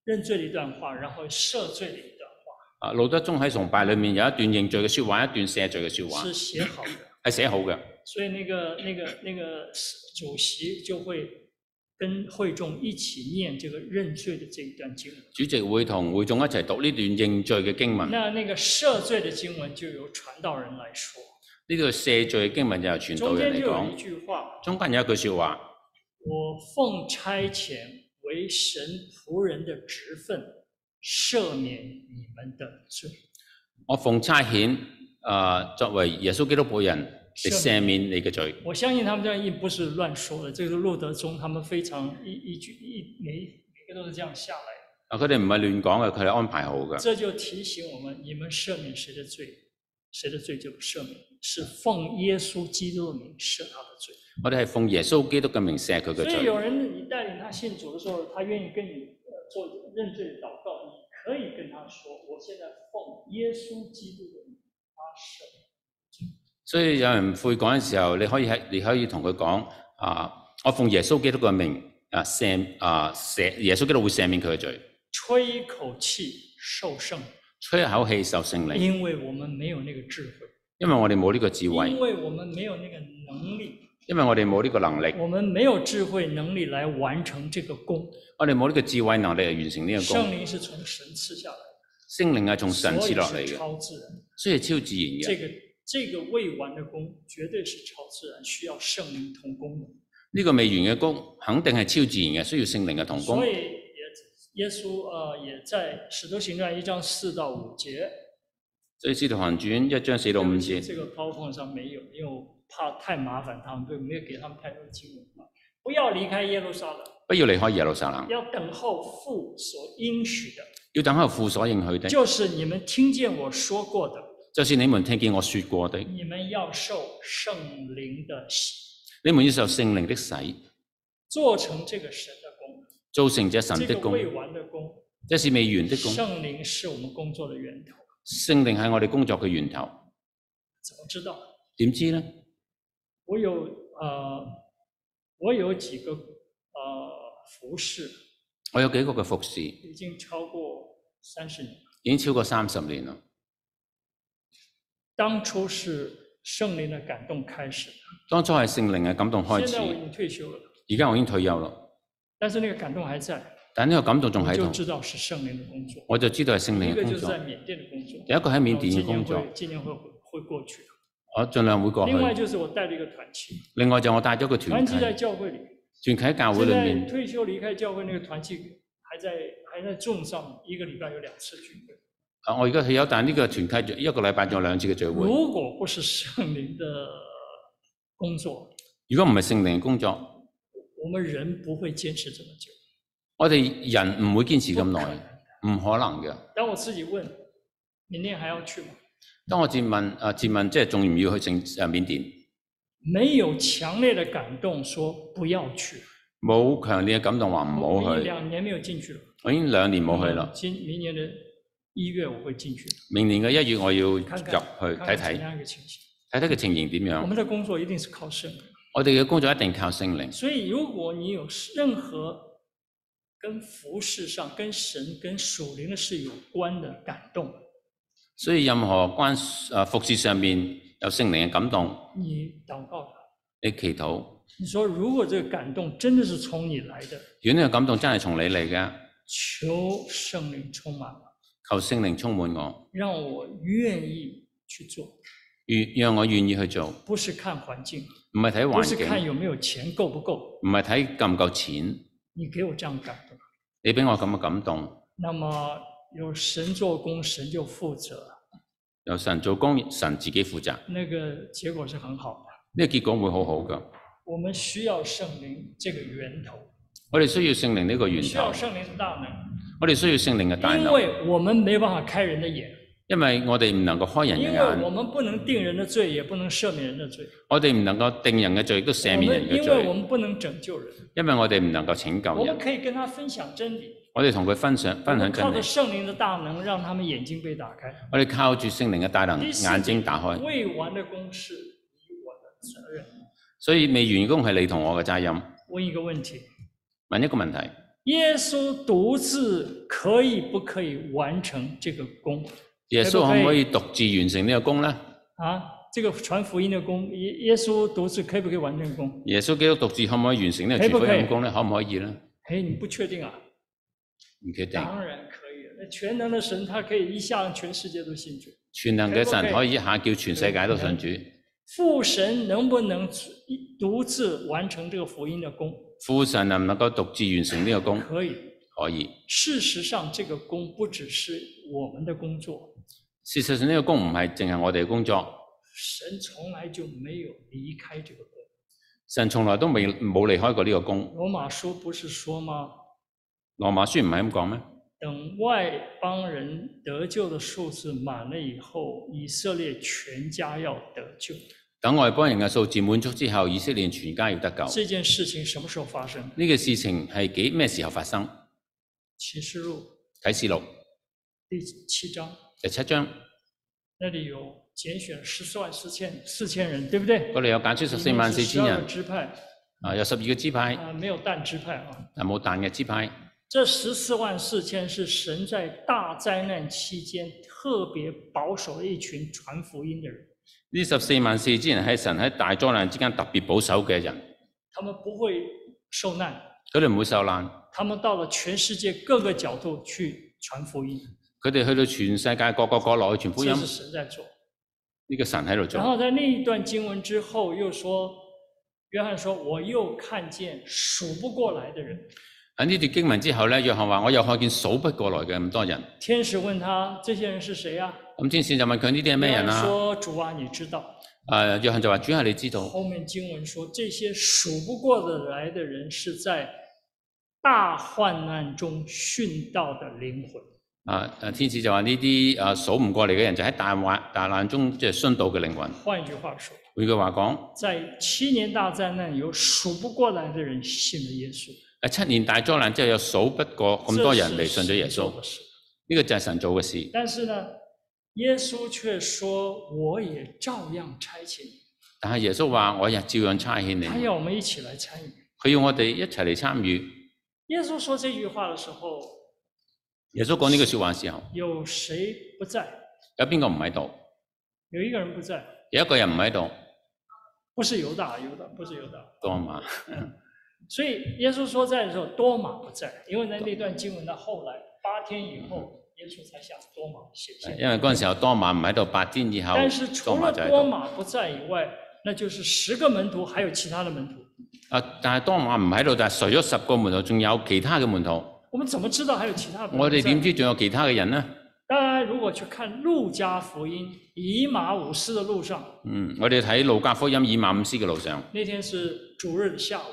Speaker 3: 认罪的一段话，然后赦罪的一段话，
Speaker 2: 啊，路德宗喺崇拜裏面有一段認罪嘅説話，一段赦罪嘅説話
Speaker 3: 是，写好 的。
Speaker 2: 係寫好嘅。
Speaker 3: 所以那个那个那个主席就会跟会众一起念这个认罪的这一段经文。
Speaker 2: 主席會同會眾一齊讀呢段認罪嘅經文，呢
Speaker 3: 那那个赦罪的经文就由传道人来说，
Speaker 2: 段赦罪嘅經文就由傳道
Speaker 3: 中
Speaker 2: 人
Speaker 3: 间
Speaker 2: 嚟
Speaker 3: 就有一
Speaker 2: 講。
Speaker 3: 句话：
Speaker 2: 中間有一句説話，
Speaker 3: 我奉差遣为神仆人的职分，赦免你们的罪。
Speaker 2: 我奉差遣，呃，作為耶穌基督仆人嚟赦免你嘅罪。
Speaker 3: 我相信他们这样印不是乱说的，这个路德宗他们非常一一句一每每个都是这样下来的，
Speaker 2: 啊，佢哋唔係亂講嘅，佢哋安排好嘅。
Speaker 3: 这就提醒我们：你们赦免谁的罪，谁的罪就赦免，是奉耶稣基督的名赦他的罪。
Speaker 2: 我哋係奉耶穌基督嘅名赦佢嘅
Speaker 3: 所以有
Speaker 2: 罪。
Speaker 3: 人你带领他信主的时候，他愿意跟你呃做认罪的祷告，你可以跟他说：“我现在奉耶稣基督的名发誓。
Speaker 2: 所以有人悔改嘅時候，你可以喺你可以同佢講啊，我奉耶穌基督嘅名啊赦啊赦，耶穌基督會赦免佢嘅罪。
Speaker 3: 吹一口氣受聖，
Speaker 2: 吹一口氣受聖靈，
Speaker 3: 因為我們沒有那個智慧，
Speaker 2: 因為我哋冇呢個智
Speaker 3: 因
Speaker 2: 慧，
Speaker 3: 為我們没有那个能力。
Speaker 2: 因為我哋冇呢個能力，
Speaker 3: 我们没有智慧能力来完成这个功，
Speaker 2: 我哋冇呢個智慧能力嚟完成呢個
Speaker 3: 圣
Speaker 2: 功。
Speaker 3: 灵是从神赐下来的，
Speaker 2: 聖靈係從神
Speaker 3: 所
Speaker 2: 賜
Speaker 3: 以
Speaker 2: 落嚟
Speaker 3: 是
Speaker 2: 嘅，
Speaker 3: 超自然。
Speaker 2: 所以係超自然
Speaker 3: 这
Speaker 2: 嘅。
Speaker 3: 个这个未完的功，绝对是超自然，需要圣灵同工的。
Speaker 2: 呢、個未完嘅功肯定係超自然嘅，需要聖靈嘅同工
Speaker 3: 所。以也耶稣呃也在《使徒行传》一章四到五节，
Speaker 2: 所以《使徒行傳》一章四到
Speaker 3: 对
Speaker 2: 五
Speaker 3: 不起，
Speaker 2: 節，
Speaker 3: 这个 PowerPoint 上没有，因为我怕太麻烦他们，对，没有给他们太多经文嘛。不要离开耶路撒冷，
Speaker 2: 不要離開耶路撒冷，
Speaker 3: 要等候父所应许的，
Speaker 2: 要等候父所應許的，
Speaker 3: 就是你们听见我说过的。
Speaker 2: 就是你們聽見我說過的，
Speaker 3: 你们要受圣灵的洗，
Speaker 2: 你們要受聖靈的洗，
Speaker 3: 做成这个神的工，
Speaker 2: 做成這神
Speaker 3: 这
Speaker 2: 的
Speaker 3: 个
Speaker 2: 工，
Speaker 3: 未完的工。
Speaker 2: 這是未完的工。
Speaker 3: 圣灵是我们工作的源头，
Speaker 2: 聖靈係我哋工作嘅源頭。
Speaker 3: 怎么知道？
Speaker 2: 點知呢？
Speaker 3: 我有呃，我有几个呃服饰
Speaker 2: 我有幾個嘅服侍已
Speaker 3: 已经超过三十年，
Speaker 2: 經超過三十年啦。
Speaker 3: 当初是圣灵的感动开始的，
Speaker 2: 當初係聖靈嘅感動開
Speaker 3: 现
Speaker 2: 始，
Speaker 3: 在我已经退休了，
Speaker 2: 而家我已經退休啦，
Speaker 3: 但是那个感动还在，
Speaker 2: 但呢個感動仲
Speaker 3: 我
Speaker 2: 喺
Speaker 3: 就
Speaker 2: 度，
Speaker 3: 知道是圣灵的工作。
Speaker 2: 我就知道係聖
Speaker 3: 一
Speaker 2: 靈
Speaker 3: 个
Speaker 2: 嘅
Speaker 3: 就
Speaker 2: 工
Speaker 3: 是
Speaker 2: 作。
Speaker 3: 在缅甸的工作，
Speaker 2: 有一個喺緬甸嘅工
Speaker 3: 然
Speaker 2: 作
Speaker 3: 后，今年会今年会会过去的。
Speaker 2: 我盡量會過
Speaker 3: 另外
Speaker 2: 去。
Speaker 3: 就是我带了一个团契，
Speaker 2: 另外就我帶咗個
Speaker 3: 团
Speaker 2: 團
Speaker 3: 契
Speaker 2: 契，
Speaker 3: 在
Speaker 2: 團
Speaker 3: 教会里，
Speaker 2: 契喺教會
Speaker 3: 现
Speaker 2: 裏
Speaker 3: 在
Speaker 2: 面，
Speaker 3: 退休离开教会那个团契还在还在种上，一个礼拜有两次聚会。
Speaker 2: 啊我而家退休，但呢個團契一個禮拜仲有兩次嘅聚會。
Speaker 3: 如果不是圣灵的工作，
Speaker 2: 如果唔係聖靈嘅工作，
Speaker 3: 我们人不会坚持这么久。
Speaker 2: 我哋人唔會堅持咁耐，唔可能嘅。
Speaker 3: 当我自己问，明天还要去吗？
Speaker 2: 當我自問啊自問，即係仲要唔要去聖啊緬甸？
Speaker 3: 没有强烈的感動说不要去，
Speaker 2: 冇強烈嘅感動話唔
Speaker 3: 我
Speaker 2: 好去，
Speaker 3: 已经两年没有进去了，
Speaker 2: 我已經兩年冇去啦。
Speaker 3: 今明年的一月我会进去。
Speaker 2: 明年嘅一月我要入去
Speaker 3: 看看
Speaker 2: 睇
Speaker 3: 看怎
Speaker 2: 睇，
Speaker 3: 样一个情形。
Speaker 2: 睇睇個情形點
Speaker 3: 我
Speaker 2: 樣。
Speaker 3: 们的工作一定是靠圣灵，
Speaker 2: 我哋嘅工作一定靠聖靈，
Speaker 3: 所以如果你有任何跟服饰上、跟神、跟属灵的事有关的感动，
Speaker 2: 所以任何關啊服侍上面有聖靈嘅感動，
Speaker 3: 你祷告他。
Speaker 2: 你祈禱。如
Speaker 3: 你说，如果这个感动真的是从你来的，
Speaker 2: 果呢個感動真係從你嚟嘅，
Speaker 3: 求圣灵充满我，
Speaker 2: 求聖靈充滿我，
Speaker 3: 让我愿意去做，
Speaker 2: 願讓我願意去做，
Speaker 3: 不是看环境，
Speaker 2: 唔係睇
Speaker 3: 不
Speaker 2: 環
Speaker 3: 是看
Speaker 2: 境，
Speaker 3: 有没有钱够不够，
Speaker 2: 唔係睇夠唔夠錢。
Speaker 3: 你给我这样的感动，
Speaker 2: 你俾我咁嘅感動，
Speaker 3: 那么有神做工，神就负责，
Speaker 2: 由神做工，神自己負責，呢、
Speaker 3: 那个结果是很好的。
Speaker 2: 個結果會好好噶。
Speaker 3: 我们需要圣灵这个源头，
Speaker 2: 我哋需要聖靈呢個源
Speaker 3: 需要
Speaker 2: 頭，
Speaker 3: 圣灵的大能，
Speaker 2: 我哋需要聖靈嘅大
Speaker 3: 啊因
Speaker 2: 能，
Speaker 3: 为我们没办法开人的眼，
Speaker 2: 因為我哋唔能夠開人嘅
Speaker 3: 因
Speaker 2: 眼
Speaker 3: 为。我们不能定人的罪，也不能赦免人的罪，
Speaker 2: 我哋唔能夠定人嘅罪，亦都赦
Speaker 3: 我
Speaker 2: 免人
Speaker 3: 们
Speaker 2: 嘅
Speaker 3: 因为我
Speaker 2: 罪，
Speaker 3: 们不能拯救人，
Speaker 2: 因為我哋唔能夠拯
Speaker 3: 我
Speaker 2: 救
Speaker 3: 们
Speaker 2: 人。
Speaker 3: 可以跟他分享真理，
Speaker 2: 我哋同佢分享
Speaker 3: 我
Speaker 2: 分
Speaker 3: 们
Speaker 2: 享
Speaker 3: 靠
Speaker 2: 真
Speaker 3: 着
Speaker 2: 理，
Speaker 3: 圣灵的大能，让他们眼睛被打开。
Speaker 2: 我哋靠住聖靈嘅大能，
Speaker 3: 第四
Speaker 2: 嗯眼睛打開。
Speaker 3: 未完的公事，你我的责任。
Speaker 2: 所以未完工係你同我嘅責任。
Speaker 3: 问一个问题：
Speaker 2: 問一個問題：
Speaker 3: 耶稣独自可以不可以完成这个功？
Speaker 2: 耶穌
Speaker 3: 可唔可
Speaker 2: 可
Speaker 3: 以
Speaker 2: 唔可以獨自完成呢個工呢？
Speaker 3: 啊，这个传福音的工，耶耶稣独自可以不可以完成工？
Speaker 2: 耶穌基督獨自可唔可以完成呢個
Speaker 3: 可
Speaker 2: 全
Speaker 3: 以不
Speaker 2: 福
Speaker 3: 可以
Speaker 2: 音工呢？可唔可以呢？
Speaker 3: 哎，你不确定啊？
Speaker 2: 唔決定。
Speaker 3: 当然可以，那全能的神他可以一下让全世界都信主。
Speaker 2: 全能嘅
Speaker 3: 可以
Speaker 2: 神
Speaker 3: 不可
Speaker 2: 可
Speaker 3: 以
Speaker 2: 以一下叫全世界都信主。
Speaker 3: 父神能不能独自完成这个福音的工？
Speaker 2: 父神能唔能夠獨自完成呢個工？
Speaker 3: 可以。
Speaker 2: 可以。
Speaker 3: 事实上，这个工不只是我们的工作，
Speaker 2: 事實上呢個工唔係淨係我哋嘅工作，
Speaker 3: 神从来就没有离开这个工。
Speaker 2: 神從來都未冇離開過呢個工。
Speaker 3: 罗马书不是说吗？
Speaker 2: 羅馬書唔係咁講咩？
Speaker 3: 等外邦人得救的数字满了以后，以色列全家要得救。
Speaker 2: 等外邦人嘅數字滿足之後，以色列全家要得救。
Speaker 3: 这件事情什么时候发生？
Speaker 2: 呢個事情係幾咩時候發生？
Speaker 3: 启示录
Speaker 2: 啟示錄
Speaker 3: 第七章
Speaker 2: 第七章
Speaker 3: 那里有拣选十四万四千四千人，对不对？
Speaker 2: 嗰度有揀出十四萬四千
Speaker 3: 里面是12
Speaker 2: 人
Speaker 3: 个，支派
Speaker 2: 啊有十二個支派，
Speaker 3: 啊，没有但支派啊。
Speaker 2: 但冇但嘅支派。
Speaker 3: 这十四万四千是神在大灾难期间特别保守的一群传福音的人，
Speaker 2: 呢十四萬四千人係神喺大災難之間特別保守嘅人，
Speaker 3: 他们不会受难，
Speaker 2: 佢哋唔會受難。
Speaker 3: 他们到了全世界各个角度去传福音，
Speaker 2: 佢哋去到全世界各個角落去傳福音
Speaker 3: 这，是神在做。
Speaker 2: 呢個神喺度
Speaker 3: 然
Speaker 2: 做。
Speaker 3: 后在那一段经文之后，又说，约翰说：“我又看见数不过来的人。
Speaker 2: 喺呢段經文之後呢，約翰話：我又看見數不過來嘅咁多人。”
Speaker 3: 天使问他：“这些人是谁呀、
Speaker 2: 咁天使就問佢呢啲係
Speaker 3: 啊？”
Speaker 2: 咩
Speaker 3: 约
Speaker 2: 人
Speaker 3: 翰
Speaker 2: 啊？
Speaker 3: 说：“主啊，你知道。
Speaker 2: 誒、約翰就話：主啊，你知”道。
Speaker 3: 后面经文说，这些数不过的来的人是在大患难中殉道的灵魂。
Speaker 2: 啊啊！天使就話呢啲啊數唔過嚟嘅人就喺大患大難中即係殉道嘅靈魂。
Speaker 3: 换一句话说，
Speaker 2: 換句話講，
Speaker 3: 在七年大灾难有数不过来的人信了耶稣，
Speaker 2: 啊七年大災難之後有數不過咁多人嚟信咗耶穌，
Speaker 3: 这是神做的事
Speaker 2: 呢、個就係神做嘅事。
Speaker 3: 但是呢，耶稣却说：“我也照樣差遣你。
Speaker 2: 但係耶穌話：我亦照樣差遣”你。
Speaker 3: 他要我们一起来参与。
Speaker 2: 佢要我哋一齊嚟參與。
Speaker 3: 耶稣说这句話的時候，
Speaker 2: 耶穌講呢句説話嘅時候，
Speaker 3: 有谁不在？
Speaker 2: 有邊個唔喺度？
Speaker 3: 有一個人不在，
Speaker 2: 有一個人唔喺度，
Speaker 3: 不是猶大，猶大不是猶大。
Speaker 2: 多嘛？
Speaker 3: 所以耶稣说在的时候，多马不在，因为在那段经文的后来八天以
Speaker 2: 嗯
Speaker 3: 后，耶稣才向多马写信。
Speaker 2: 因為嗰陣時候多馬唔喺度，八天以後
Speaker 3: 但是
Speaker 2: 哎多
Speaker 3: 除
Speaker 2: 馬
Speaker 3: 了
Speaker 2: 就喺
Speaker 3: 多
Speaker 2: 度。
Speaker 3: 马不在以外，那就是十个門徒，还有其他的門徒。
Speaker 2: 啊，但係多馬唔喺度，但係除咗十個門徒，仲有其他嘅門徒。
Speaker 3: 我們怎麼知道還有其他的門徒
Speaker 2: 我哋
Speaker 3: 在
Speaker 2: 點知仲有其他嘅人呢？
Speaker 3: 当然，如果去看路加福音以马五斯的路上，
Speaker 2: 嗯，我哋睇路加福音以馬五斯嘅路上，
Speaker 3: 那天是主日的下午，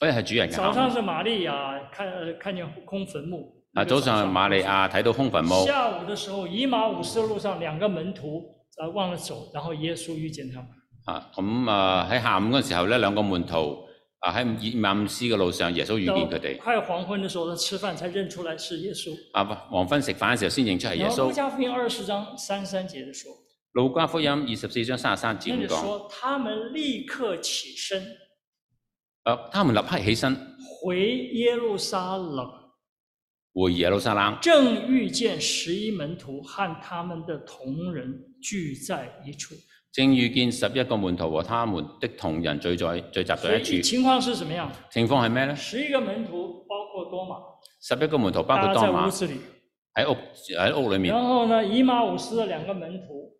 Speaker 2: 嗰日係主人嘅
Speaker 3: 早
Speaker 2: 下
Speaker 3: 上
Speaker 2: 午。
Speaker 3: 是玛利亚看呃看见空坟墓，
Speaker 2: 啊，早上係瑪利亞睇到空墳墓，
Speaker 3: 下午的时候以马五斯的路上两个门徒啊忘了走，然后耶稣遇见他们，
Speaker 2: 啊咁啊喺下午嗰陣時候咧，兩個門徒啊喺以馬五斯嘅路上，耶穌遇見佢哋。
Speaker 3: 快黄昏的时候他吃饭才认出来是耶稣，
Speaker 2: 啊，黃昏食飯嘅時候先認出哎係耶
Speaker 3: 然后路
Speaker 2: 穌。
Speaker 3: 加福音二十章三三节的说，
Speaker 2: 路加福音二十四章三十三節
Speaker 3: 那里
Speaker 2: 咁講，
Speaker 3: 说他们立刻起身
Speaker 2: 啊，他們立刻起身
Speaker 3: 回耶路撒冷。
Speaker 2: 回耶路撒冷，
Speaker 3: 正遇见十一门徒和他们的同人聚在一處，
Speaker 2: 正遇見十一個門徒和他們的同人聚在聚集
Speaker 3: 所
Speaker 2: 在
Speaker 3: 以
Speaker 2: 一處。
Speaker 3: 情況是怎么样？
Speaker 2: 情況係咩呢？
Speaker 3: 十一个门徒，包括多马，
Speaker 2: 十一個門徒包
Speaker 3: 大
Speaker 2: 括多
Speaker 3: 家啊在屋
Speaker 2: 馬
Speaker 3: 子里。
Speaker 2: 喺屋喺屋裏面
Speaker 3: 然。后呢，以马五斯的两个門徒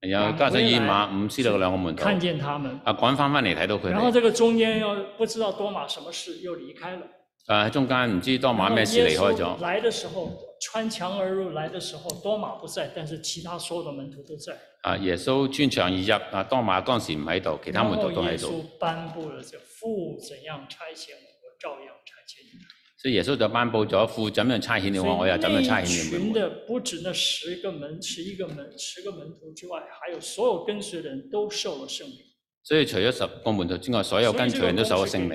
Speaker 2: 有
Speaker 3: 啊
Speaker 2: 加上以馬
Speaker 3: 回來
Speaker 2: 五斯道嘅兩個門徒，
Speaker 3: 看見他們，
Speaker 2: 啊趕翻翻嚟睇到佢
Speaker 3: 然後
Speaker 2: 哋，
Speaker 3: 這個中間又不知道多馬什麼事又離開了。
Speaker 2: 啊喺中間唔知多馬咩事
Speaker 3: 然
Speaker 2: 離
Speaker 3: 後
Speaker 2: 開
Speaker 3: 耶穌
Speaker 2: 咗，
Speaker 3: 來的時候，穿牆而入來的時候，多馬不在，但是其他所有的門徒都在。
Speaker 2: 啊耶穌穿牆而入，啊多馬嗰陣時唔喺度，其他
Speaker 3: 然
Speaker 2: 門
Speaker 3: 后
Speaker 2: 徒都
Speaker 3: 耶
Speaker 2: 喺
Speaker 3: 穌
Speaker 2: 度，
Speaker 3: 頒布了這父怎樣差遣我，我照樣差遣你。
Speaker 2: 所以耶穌就頒布咗父怎樣差遣你
Speaker 3: 所
Speaker 2: 我，我又
Speaker 3: 以
Speaker 2: 怎樣差
Speaker 3: 那一
Speaker 2: 遣你
Speaker 3: 群
Speaker 2: 們。
Speaker 3: 的不止那十个门、十一个门、十个门徒之外，还有所有跟随的人都受了圣灵。
Speaker 2: 所以除咗十個門徒之外，所有跟隨人都受咗聖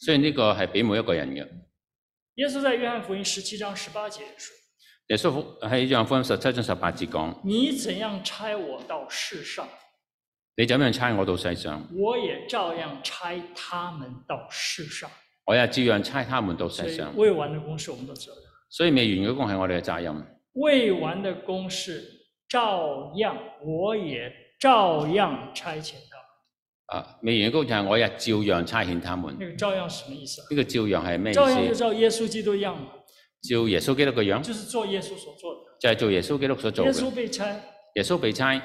Speaker 3: 所以
Speaker 2: 靈。
Speaker 3: 这个功是给每
Speaker 2: 雖然呢個係俾每一
Speaker 3: 一个人。
Speaker 2: 個人嘅。
Speaker 3: 耶穌在约翰福音十七章十八节说
Speaker 2: 耶穌福喺約翰福音十七章十八節講：：“
Speaker 3: 你怎样差我到世上，
Speaker 2: 你怎樣差我到世上，
Speaker 3: 我也照样差他们到世上。
Speaker 2: 我也照樣差他們到”
Speaker 3: 所
Speaker 2: 世
Speaker 3: 以
Speaker 2: 上。
Speaker 3: 未完的公式我们都知道，
Speaker 2: 所以未完嗰個係我哋嘅責任。
Speaker 3: 未完的公式照样，我也照样差遣他们。
Speaker 2: 啊，未完嗰個就係我也照樣差遣他們。
Speaker 3: 那个照样什么意思啊？
Speaker 2: 呢個照樣係咩
Speaker 3: 嗯照样就
Speaker 2: 意思？
Speaker 3: 照耶稣基督一样嘛。
Speaker 2: 照耶穌基督嘅樣，
Speaker 3: 就是做耶穌所做的。
Speaker 2: 就係、做耶穌基督所做
Speaker 3: 耶穌
Speaker 2: 嘅。
Speaker 3: 被差，
Speaker 2: 耶穌被差，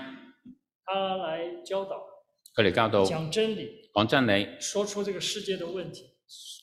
Speaker 3: 他來教導、
Speaker 2: 佢嚟教導
Speaker 3: 講真理，
Speaker 2: 講真理，
Speaker 3: 說出這個世界的問題，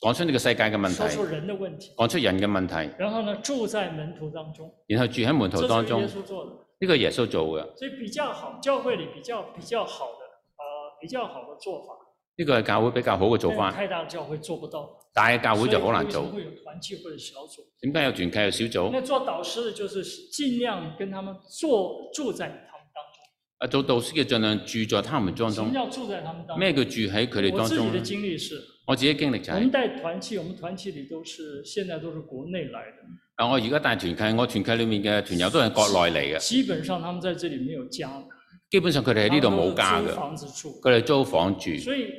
Speaker 2: 講出呢個世界嘅問
Speaker 3: 說出
Speaker 2: 題，
Speaker 3: 人的問題。
Speaker 2: 講出人嘅問題，
Speaker 3: 然後呢，住在門徒當中，
Speaker 2: 然後住喺門
Speaker 3: 這
Speaker 2: 徒
Speaker 3: 是
Speaker 2: 當
Speaker 3: 耶
Speaker 2: 中，
Speaker 3: 穌做的。
Speaker 2: 呢個耶穌做嘅。
Speaker 3: 所以比較好，教會裡比較比較好的，呃，比較好的做法，
Speaker 2: 呢個係教會比較好嘅做
Speaker 3: 但
Speaker 2: 法，
Speaker 3: 太大的教會做不到。
Speaker 2: 大嘅教會就好難
Speaker 3: 所以
Speaker 2: 做。
Speaker 3: 為什麼會有團契或者小組。
Speaker 2: 點解有團契有小組？
Speaker 3: 那做導師的，就是盡量跟他們做住在他們當中。
Speaker 2: 啊，做導師嘅盡量住在他們當
Speaker 3: 什
Speaker 2: 中。
Speaker 3: 麼叫住在他們當中？
Speaker 2: 咩叫住喺佢哋
Speaker 3: 我
Speaker 2: 當
Speaker 3: 自己
Speaker 2: 中
Speaker 3: 的
Speaker 2: 呢？
Speaker 3: 經歷是，
Speaker 2: 我自己經歷就
Speaker 3: 我
Speaker 2: 係、
Speaker 3: 們带团契，我们团契里都是现在都是国内来的，
Speaker 2: 啊，我而家帶團契，我團契裡面嘅團友都係國內嚟嘅，
Speaker 3: 基本上他们在这里没有家的，
Speaker 2: 基本上佢哋喺呢度冇
Speaker 3: 他
Speaker 2: 家
Speaker 3: 们都是租
Speaker 2: 嘅，
Speaker 3: 房子住，
Speaker 2: 佢哋租房住，
Speaker 3: 所以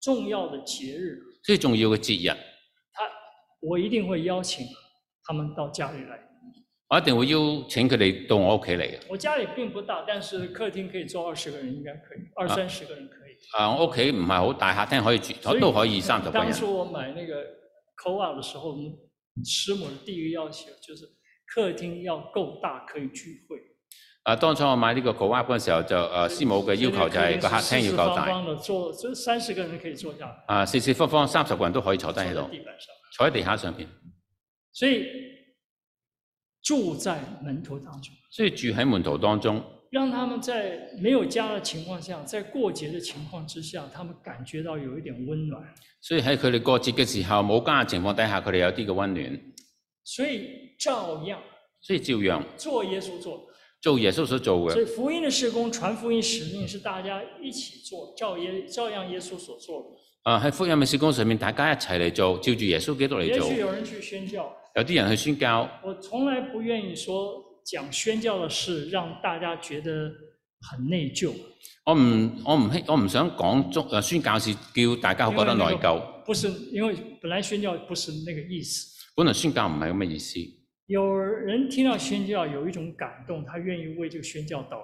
Speaker 3: 重要的节日，
Speaker 2: 所以重要嘅節日。
Speaker 3: 他我一定会邀请他们到家里来。
Speaker 2: 我一定會邀請佢哋到我屋企嚟嘅。
Speaker 3: 我家里并不大，但是客厅可以坐二十个人，应该可以，二三十个人可以。
Speaker 2: 啊，我屋企唔係好大，客廳可以住，
Speaker 3: 所以
Speaker 2: 都可以三十個
Speaker 3: 当
Speaker 2: 人。
Speaker 3: 初我买那个 c o 的时候，我们师母的第一个要求就是客厅要够大，可以聚会。
Speaker 2: 啊，當初我買呢個 c o 嗰陣時候就誒師母嘅要求就係個客廳要夠
Speaker 3: 四四
Speaker 2: 大，
Speaker 3: 方方的坐，这三十个人可以坐下来，
Speaker 2: 啊四四方方三十個人都可以坐低
Speaker 3: 坐
Speaker 2: 喺
Speaker 3: 在
Speaker 2: 度
Speaker 3: 地，板上。
Speaker 2: 坐喺地下上邊，
Speaker 3: 所以住在门徒当中，
Speaker 2: 所以住喺門徒當中，
Speaker 3: 让他们在没有家的情况下，在过节的情况之下，他们感觉到有一点温暖。
Speaker 2: 所以喺佢哋過節嘅時候冇家嘅情況底下，佢哋有啲嘅温暖，
Speaker 3: 所以照样，
Speaker 2: 所以照樣
Speaker 3: 做耶稣做。
Speaker 2: 做耶穌所做
Speaker 3: 所以
Speaker 2: 嘅，
Speaker 3: 福音的事工、传福音使命是大家一起做，照耶照样耶稣所做的。
Speaker 2: 啊喺福音嘅事工上面，大家一齊嚟做，照住耶穌基督嚟
Speaker 3: 也
Speaker 2: 做。
Speaker 3: 许有人去宣教，
Speaker 2: 有啲人去宣教，
Speaker 3: 我从来不愿意说讲宣教的事，让大家觉得很内疚，
Speaker 2: 我唔我唔希我唔想講中誒宣教是叫大家覺得內疚。
Speaker 3: 不是因为本来宣教不是那个意思。
Speaker 2: 本來宣教唔係咁嘅意思，
Speaker 3: 有人听到宣教有一种感动，他愿意为这个宣教祷告；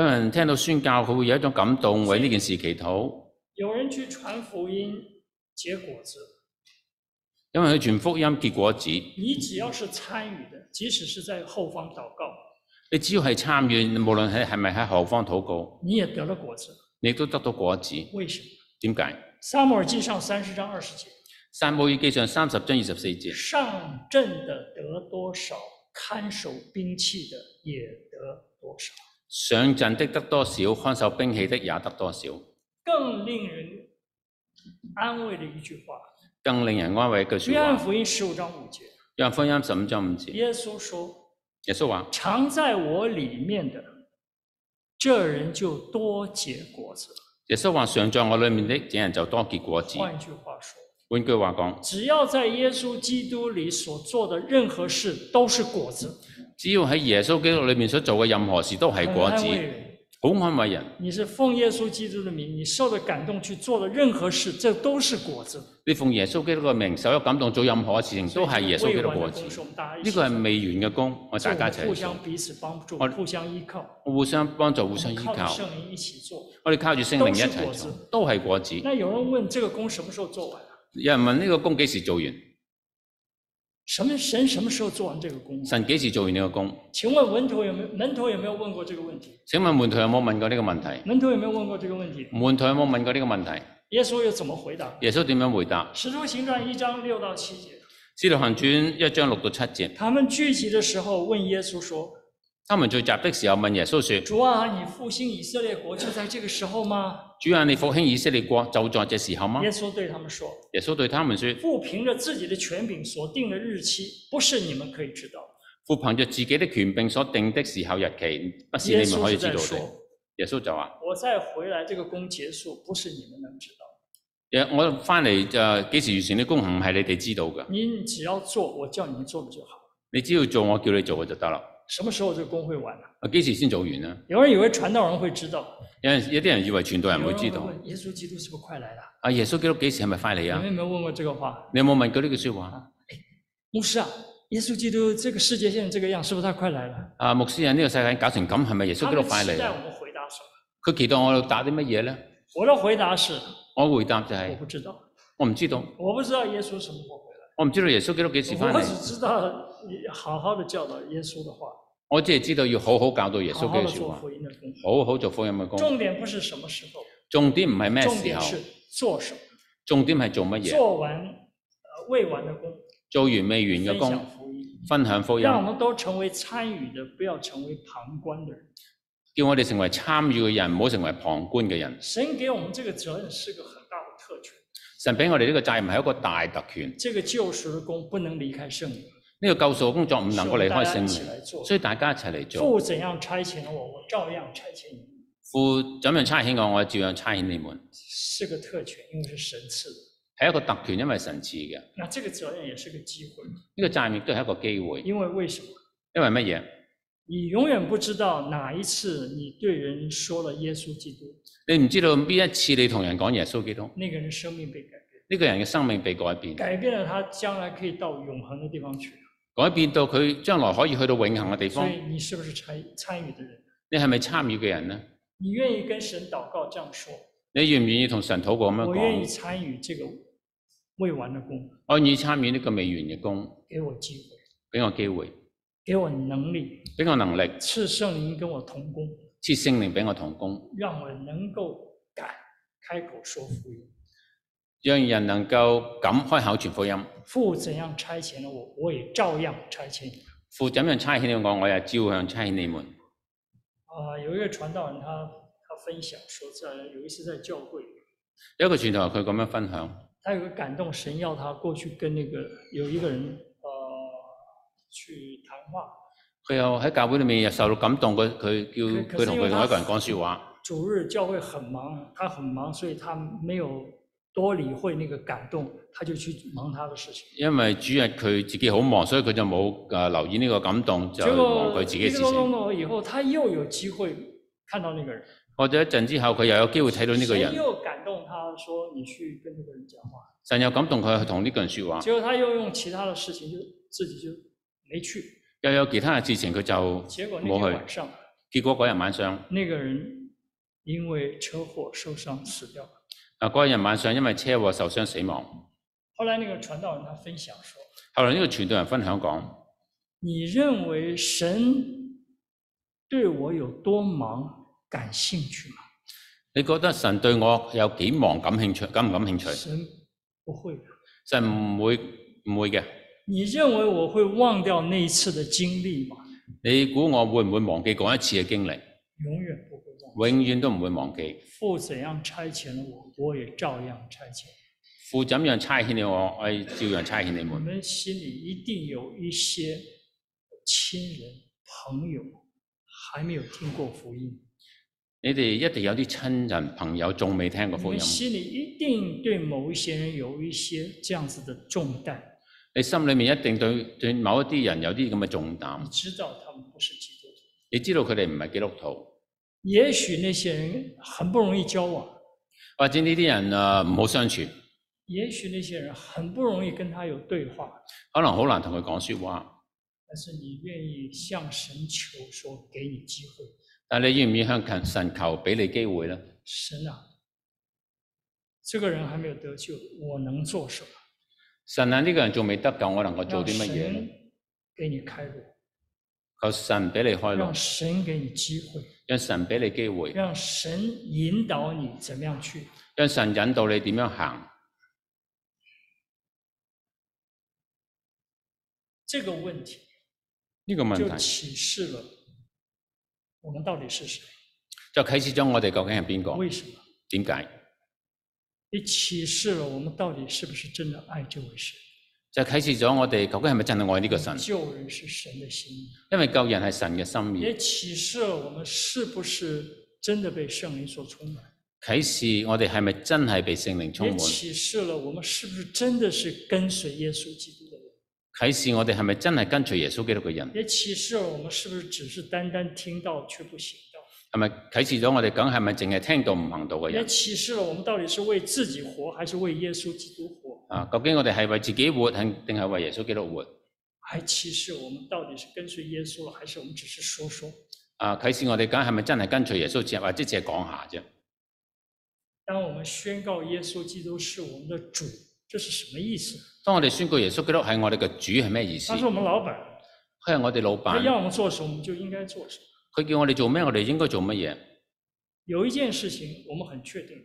Speaker 2: 有人聽到宣教，佢會有一種感動，為呢件事祈禱。
Speaker 3: 有人去传福音结果子。
Speaker 2: 因為佢傳福音結果子，
Speaker 3: 你只要是参与的，即使是在后方祷告，
Speaker 2: 你只要係參與，無論係係咪喺後方禱告，
Speaker 3: 你也得了果子。
Speaker 2: 你都得到果子。
Speaker 3: 为什么？
Speaker 2: 點解？
Speaker 3: 撒母耳记上三十章二十节：
Speaker 2: 撒母耳記上三十章二十四節，
Speaker 3: 上阵的得多少，看守兵器的也得多少。
Speaker 2: 上陣的得多少，看守兵器的也得多少。
Speaker 3: 更令人安慰的一句话，
Speaker 2: 更令人安慰嘅
Speaker 3: 《
Speaker 2: 説
Speaker 3: 约翰
Speaker 2: 話，
Speaker 3: 福音》十五章五节，
Speaker 2: 約翰福音十五章五節，
Speaker 3: 耶稣说
Speaker 2: 耶穌話：：“
Speaker 3: 常在我里面的，这人就多结果子。
Speaker 2: 耶穌話常在我裏面的，這人就多結果”子。
Speaker 3: 换句话说，
Speaker 2: 換句話講，
Speaker 3: 只要在耶稣基督里所做的任何事都是果子，
Speaker 2: 只要喺耶穌基督裏面所做嘅任何事都係
Speaker 3: 很
Speaker 2: 果
Speaker 3: 安
Speaker 2: 子，
Speaker 3: 慰人。
Speaker 2: 好安慰人。
Speaker 3: 你是奉耶稣基督的名，你受了感动去做的任何事，这都是果子。
Speaker 2: 你奉耶穌基督嘅名，受咗感動，做任何事情都係耶穌基督
Speaker 3: 未完
Speaker 2: 果
Speaker 3: 的
Speaker 2: 子
Speaker 3: 功。是我们大家一
Speaker 2: 呢
Speaker 3: 起
Speaker 2: 個
Speaker 3: 做的。
Speaker 2: 係未完嘅功，我大家一
Speaker 3: 是我们互
Speaker 2: 齊做
Speaker 3: 相彼此帮助
Speaker 2: 我，
Speaker 3: 互相依靠，
Speaker 2: 互相幫哦助，互
Speaker 3: 我
Speaker 2: 相
Speaker 3: 们
Speaker 2: 依
Speaker 3: 靠着
Speaker 2: 靠。
Speaker 3: 圣灵一起做。
Speaker 2: 我哋靠住聖靈一齊
Speaker 3: 都是
Speaker 2: 做
Speaker 3: 果子，
Speaker 2: 都係果子。
Speaker 3: 那有人问这个工什么时候做完啊？
Speaker 2: 有人問呢個功幾時做完？
Speaker 3: 什么神什么时候做完这个工啊？
Speaker 2: 神幾時做完呢個功？
Speaker 3: 请问门徒有没有门徒有没有問过这个问题？
Speaker 2: 請問門徒有冇問過呢個問題？
Speaker 3: 门徒有没有問过这个问题？
Speaker 2: 門徒有冇問過呢個問題？
Speaker 3: 耶稣又怎么回答？
Speaker 2: 耶穌點樣回答？
Speaker 3: 使徒行传一章六到七节，
Speaker 2: 使徒行傳一章六到七節，
Speaker 3: 他们聚集的时候問耶稣说
Speaker 2: 他們聚集的時候問耶穌：說：“：“
Speaker 3: 主啊，你复兴以色列國就在这个时候吗
Speaker 2: 主啊，你復興以色列國就在這時候？”嗎
Speaker 3: 耶穌对他们说？”
Speaker 2: 耶穌對他們說：“：“
Speaker 3: 父凭着自己的权柄所定的日期，不是你们可以知道的。
Speaker 2: 父憑着自己的權柄所定的時候日期，不是
Speaker 3: 耶
Speaker 2: 你們
Speaker 3: 稣
Speaker 2: 可以
Speaker 3: 是
Speaker 2: 知道的。
Speaker 3: 在说”
Speaker 2: 耶穌就話：“
Speaker 3: 我再回来，这个工结束，不是你们能知
Speaker 2: 誒
Speaker 3: 道。
Speaker 2: 我翻嚟就幾時完成啲功，唔係你哋知道㗎。
Speaker 3: 你只要做，我叫你们做的就好。
Speaker 2: 你只要做我叫你做嘅就得啦。
Speaker 3: 什么时候这个工会完呢、啊
Speaker 2: 我幾時先做完啊？
Speaker 3: 有人以为传道人会知道，
Speaker 2: 有人有啲人以為傳道人
Speaker 3: 有嗯
Speaker 2: 會
Speaker 3: 人
Speaker 2: 知道。
Speaker 3: 问耶稣基督是不是快来了？
Speaker 2: 啊，耶穌基督幾時係咪快嚟
Speaker 3: 你
Speaker 2: 啊
Speaker 3: 们？有没有问过这个话？
Speaker 2: 你有冇問過呢句説話？
Speaker 3: 牧师啊，耶稣基督这个世界现在这个样，是不是他快来了？
Speaker 2: 啊，牧師啊，呢、個世界搞成咁，係咪耶穌
Speaker 3: 他
Speaker 2: 基督
Speaker 3: 们
Speaker 2: 快
Speaker 3: 期
Speaker 2: 嚟
Speaker 3: 待
Speaker 2: 啊
Speaker 3: 我？们回答什么？
Speaker 2: 佢期待我哋答啲乜嘢呢？
Speaker 3: 我的回答是，
Speaker 2: 我回答就係、
Speaker 3: 我不知道，
Speaker 2: 我唔知道，
Speaker 3: 我不知道耶稣什么时候回来。
Speaker 2: 我唔知道耶穌基督幾時翻
Speaker 3: 我
Speaker 2: 嚟。
Speaker 3: 只知道好好的教导耶稣的话，
Speaker 2: 我只係知道要好好教導耶穌
Speaker 3: 好好的
Speaker 2: 基督嘅説
Speaker 3: 做
Speaker 2: 話，
Speaker 3: 福音的工作。
Speaker 2: 好好做福音嘅工。
Speaker 3: 重点不是什么时候，
Speaker 2: 重點唔係咩
Speaker 3: 重
Speaker 2: 時
Speaker 3: 点
Speaker 2: 候，
Speaker 3: 是做什么，
Speaker 2: 重點係做乜嘢？
Speaker 3: 做完呃未完的工，
Speaker 2: 做完未完嘅
Speaker 3: 分享
Speaker 2: 工，
Speaker 3: 福音，
Speaker 2: 分享福音，
Speaker 3: 让我们都成为参与的，不要成为旁观的人。
Speaker 2: 叫我哋成為參與嘅人，唔好成為旁觀嘅人。
Speaker 3: 神给我们这个责任是个很大的特权，
Speaker 2: 神俾我哋呢個責任係一個大特權。
Speaker 3: 这个救赎的工不能离开圣灵，
Speaker 2: 呢個救赎工作唔能夠離開聖
Speaker 3: 是
Speaker 2: 靈，
Speaker 3: 我們大家一起來做
Speaker 2: 所以大家一齊嚟做。
Speaker 3: 父怎样差遣我，我照样差遣你，
Speaker 2: 父怎樣差遣我，我照樣差遣你們，
Speaker 3: 是个特權，因为是神赐的。
Speaker 2: 係一個特權，因為神賜嘅。呢、
Speaker 3: 那这个责任也是个机会，
Speaker 2: 個責任亦都係一個機會，
Speaker 3: 因为为什么？
Speaker 2: 因為乜嘢？
Speaker 3: 你永远不知道哪一次你对人说了耶稣基督，
Speaker 2: 你唔知道邊一次你同人講耶穌基督，呢、
Speaker 3: 那个人生命被改变。
Speaker 2: 個人嘅生命被改變，
Speaker 3: 改变了他将来可以到永恒的地方去。
Speaker 2: 改變到佢將來可以去到永恆嘅地
Speaker 3: 所
Speaker 2: 方。
Speaker 3: 以你是不是参参与的人？
Speaker 2: 你係咪參與嘅人呢？
Speaker 3: 你愿意跟神祷告这样说：
Speaker 2: 你願唔願意同神禱告咁樣
Speaker 3: 我愿意
Speaker 2: 講？
Speaker 3: 参与這個未完的工，
Speaker 2: 我願意參與呢個未完嘅工，
Speaker 3: 給我機會，
Speaker 2: 俾我機會，
Speaker 3: 給我能力，
Speaker 2: 俾我能力，
Speaker 3: 賜聖靈跟我同工，
Speaker 2: 賜聖靈俾我同工，
Speaker 3: 讓我能夠敢开口说福音。
Speaker 2: 讓人能夠敢開口傳福音。
Speaker 3: 父怎样差遣了我，我也照样差遣你。
Speaker 2: 父怎樣差遣我，我也照樣差遣你們。
Speaker 3: 啊、有一个传道人他他分享说在，有一次在教会，
Speaker 2: 有一個傳道人佢咁樣分享，
Speaker 3: 他有个感动，神要他过去跟那个有一个人呃去谈话，
Speaker 2: 佢又喺教會裏面又受到感動，佢佢叫
Speaker 3: 佢
Speaker 2: 佢同佢
Speaker 3: 佢先
Speaker 2: 同一個人講説話。
Speaker 3: 主日教会很忙，他很忙，所以他没有多理会那个感动，他就去忙他的事情。
Speaker 2: 因為主日佢自己好忙，所以佢就冇誒留意呢個感動，就
Speaker 3: 结
Speaker 2: 忙
Speaker 3: 果
Speaker 2: 佢自己
Speaker 3: 一
Speaker 2: 嘅
Speaker 3: 个
Speaker 2: 事
Speaker 3: 多
Speaker 2: 情。
Speaker 3: 钟头以后，他又有机会看到那个人，
Speaker 2: 過咗一陣之後，佢又有機會睇到呢個
Speaker 3: 神
Speaker 2: 人，
Speaker 3: 又感动他说：“你去跟那个人讲话。
Speaker 2: 神又感動佢去同呢個人説話”。
Speaker 3: 结果他又用其他的事情就自己就没去。
Speaker 2: 又有其他嘅事情，佢就
Speaker 3: 结果那天
Speaker 2: 冇
Speaker 3: 晚
Speaker 2: 去。
Speaker 3: 上，
Speaker 2: 結果嗰日晚上，
Speaker 3: 那个人因为车祸受伤死掉了。
Speaker 2: 啊嗰日晚上因為車禍受傷死亡。
Speaker 3: 后来那个传道人他分享说
Speaker 2: 後來呢個傳道人分享講：：“
Speaker 3: 你认为神对我有多忙感兴趣吗？
Speaker 2: 你覺得神對我有幾忙感興趣？感唔感興趣？
Speaker 3: 神不会的。
Speaker 2: 神唔會唔會嘅。
Speaker 3: 你认为我会忘掉那一次的经历吗？
Speaker 2: 你估我會唔會忘記嗰一次嘅經歷？
Speaker 3: 永远不会忘。
Speaker 2: 永遠都唔會忘記。
Speaker 3: 父怎样差遣了我，我也照样差遣。
Speaker 2: 父怎樣差遣你我，我亦照樣差遣你
Speaker 3: 我
Speaker 2: 們。
Speaker 3: 们心里一定有一些亲人、朋友还没有听过福音，
Speaker 2: 你哋一定有啲親人朋友仲未聽過
Speaker 3: 我
Speaker 2: 福音
Speaker 3: 们，心里一定对某一些人有一些这样子的重担。”
Speaker 2: 你心裏面一定對對某一啲人有啲咁嘅重擔
Speaker 3: 你。知道他们不是基督徒。
Speaker 2: 你知道佢哋唔係基督徒，
Speaker 3: 也许那些人很不容易交往，
Speaker 2: 或者呢啲人啊唔好相處，
Speaker 3: 也许那些人很不容易跟他有对話，
Speaker 2: 可能好難同佢講説話。
Speaker 3: 但是你愿意向神求说，给你机会，
Speaker 2: 但你願唔願意向神求俾你機會呢？
Speaker 3: 神啊，这个人还没有得救，我能做什么？
Speaker 2: 神啊，呢、個人仲未得救，我能夠做
Speaker 3: 让
Speaker 2: 啲乜嘢呢
Speaker 3: 神？给你开路，
Speaker 2: 求神俾你開路
Speaker 3: 让，神给你机会，
Speaker 2: 讓神俾你機會，
Speaker 3: 让神引导你怎么样去。
Speaker 2: 讓神引導你點樣行。
Speaker 3: 这个问题
Speaker 2: 呢、個問
Speaker 3: 就
Speaker 2: 題
Speaker 3: 启示了我们到底是谁，
Speaker 2: 就啟示咗我哋究竟係邊個
Speaker 3: 为？什么？
Speaker 2: 點解？
Speaker 3: 也启示了我们到底是不是真的爱这位神，
Speaker 2: 就啟示咗我哋究竟係咪真係愛呢個神？
Speaker 3: 救人是神的心意，
Speaker 2: 因為救人係神嘅心
Speaker 3: 也
Speaker 2: 意，
Speaker 3: 启示了我们是不是真的被圣灵所充满，
Speaker 2: 啟示我哋係咪真係被聖靈充
Speaker 3: 也
Speaker 2: 滿？
Speaker 3: 启示了我们是不是真的是跟随耶稣基督的人，
Speaker 2: 啟示我哋係咪真係跟隨耶穌基督嘅人？
Speaker 3: 也启示了我们是不是只是单单听到却不行道，
Speaker 2: 係咪啟示咗我哋梗係咪淨係聽到唔行道嘅
Speaker 3: 也
Speaker 2: 人？
Speaker 3: 启示了我们到底是为自己活還是为耶稣基督活，
Speaker 2: 啊，究竟我哋係為自己活，定定係為耶穌基督活？
Speaker 3: 还启示我们到底是跟随耶稣了，还是我们只是说说。
Speaker 2: 啊，啟示我哋梗係咪真係跟隨耶穌，只係或者只係講下啫？
Speaker 3: 当我们宣告耶稣基督是我们的主，这是什么意思？
Speaker 2: 當我哋宣告耶穌基督係我哋嘅主係咩意思？
Speaker 3: 他是我们老板，
Speaker 2: 佢係我哋老
Speaker 3: 他要
Speaker 2: 闆，
Speaker 3: 我们做什么，我们就应该做什么。
Speaker 2: 佢叫我哋做咩，我哋應該做乜嘢？
Speaker 3: 有一件事情我们很确定，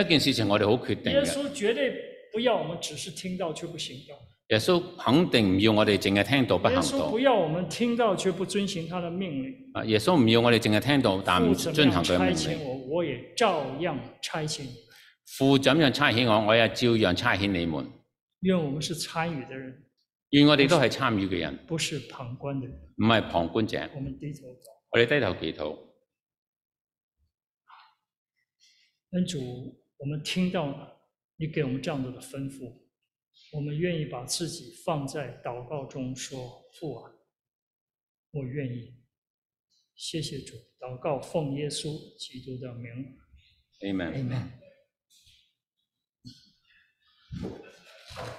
Speaker 2: 一件事情我哋好決定
Speaker 3: 耶
Speaker 2: 嘅，
Speaker 3: 稣绝对不要我们只是听到却不行道，
Speaker 2: 耶穌肯定唔要我哋淨係聽到不
Speaker 3: 耶
Speaker 2: 行
Speaker 3: 稣不
Speaker 2: 道。
Speaker 3: 要我们听到却不遵行他的命令。
Speaker 2: 啊，耶穌唔要我哋淨係聽到，但唔
Speaker 3: 父怎
Speaker 2: 遵行
Speaker 3: 么样
Speaker 2: 佢嘅
Speaker 3: 差
Speaker 2: 命
Speaker 3: 遣
Speaker 2: 令。
Speaker 3: 我，我也照样差遣你。
Speaker 2: 父怎樣差遣我，我也照樣差遣你們。
Speaker 3: 愿我们是参與的人，
Speaker 2: 願我哋都係參與嘅人，
Speaker 3: 不是旁观的人。
Speaker 2: 唔係旁觀者。
Speaker 3: 我们低头祷，
Speaker 2: 我哋低頭祈禱，
Speaker 3: 恩主，我们听到了你给我们这样子的吩咐，我们愿意把自己放在祷告中说：“父啊，我愿意。”谢谢主，祷告奉耶稣基督的名。
Speaker 2: 阿門。
Speaker 3: Amen.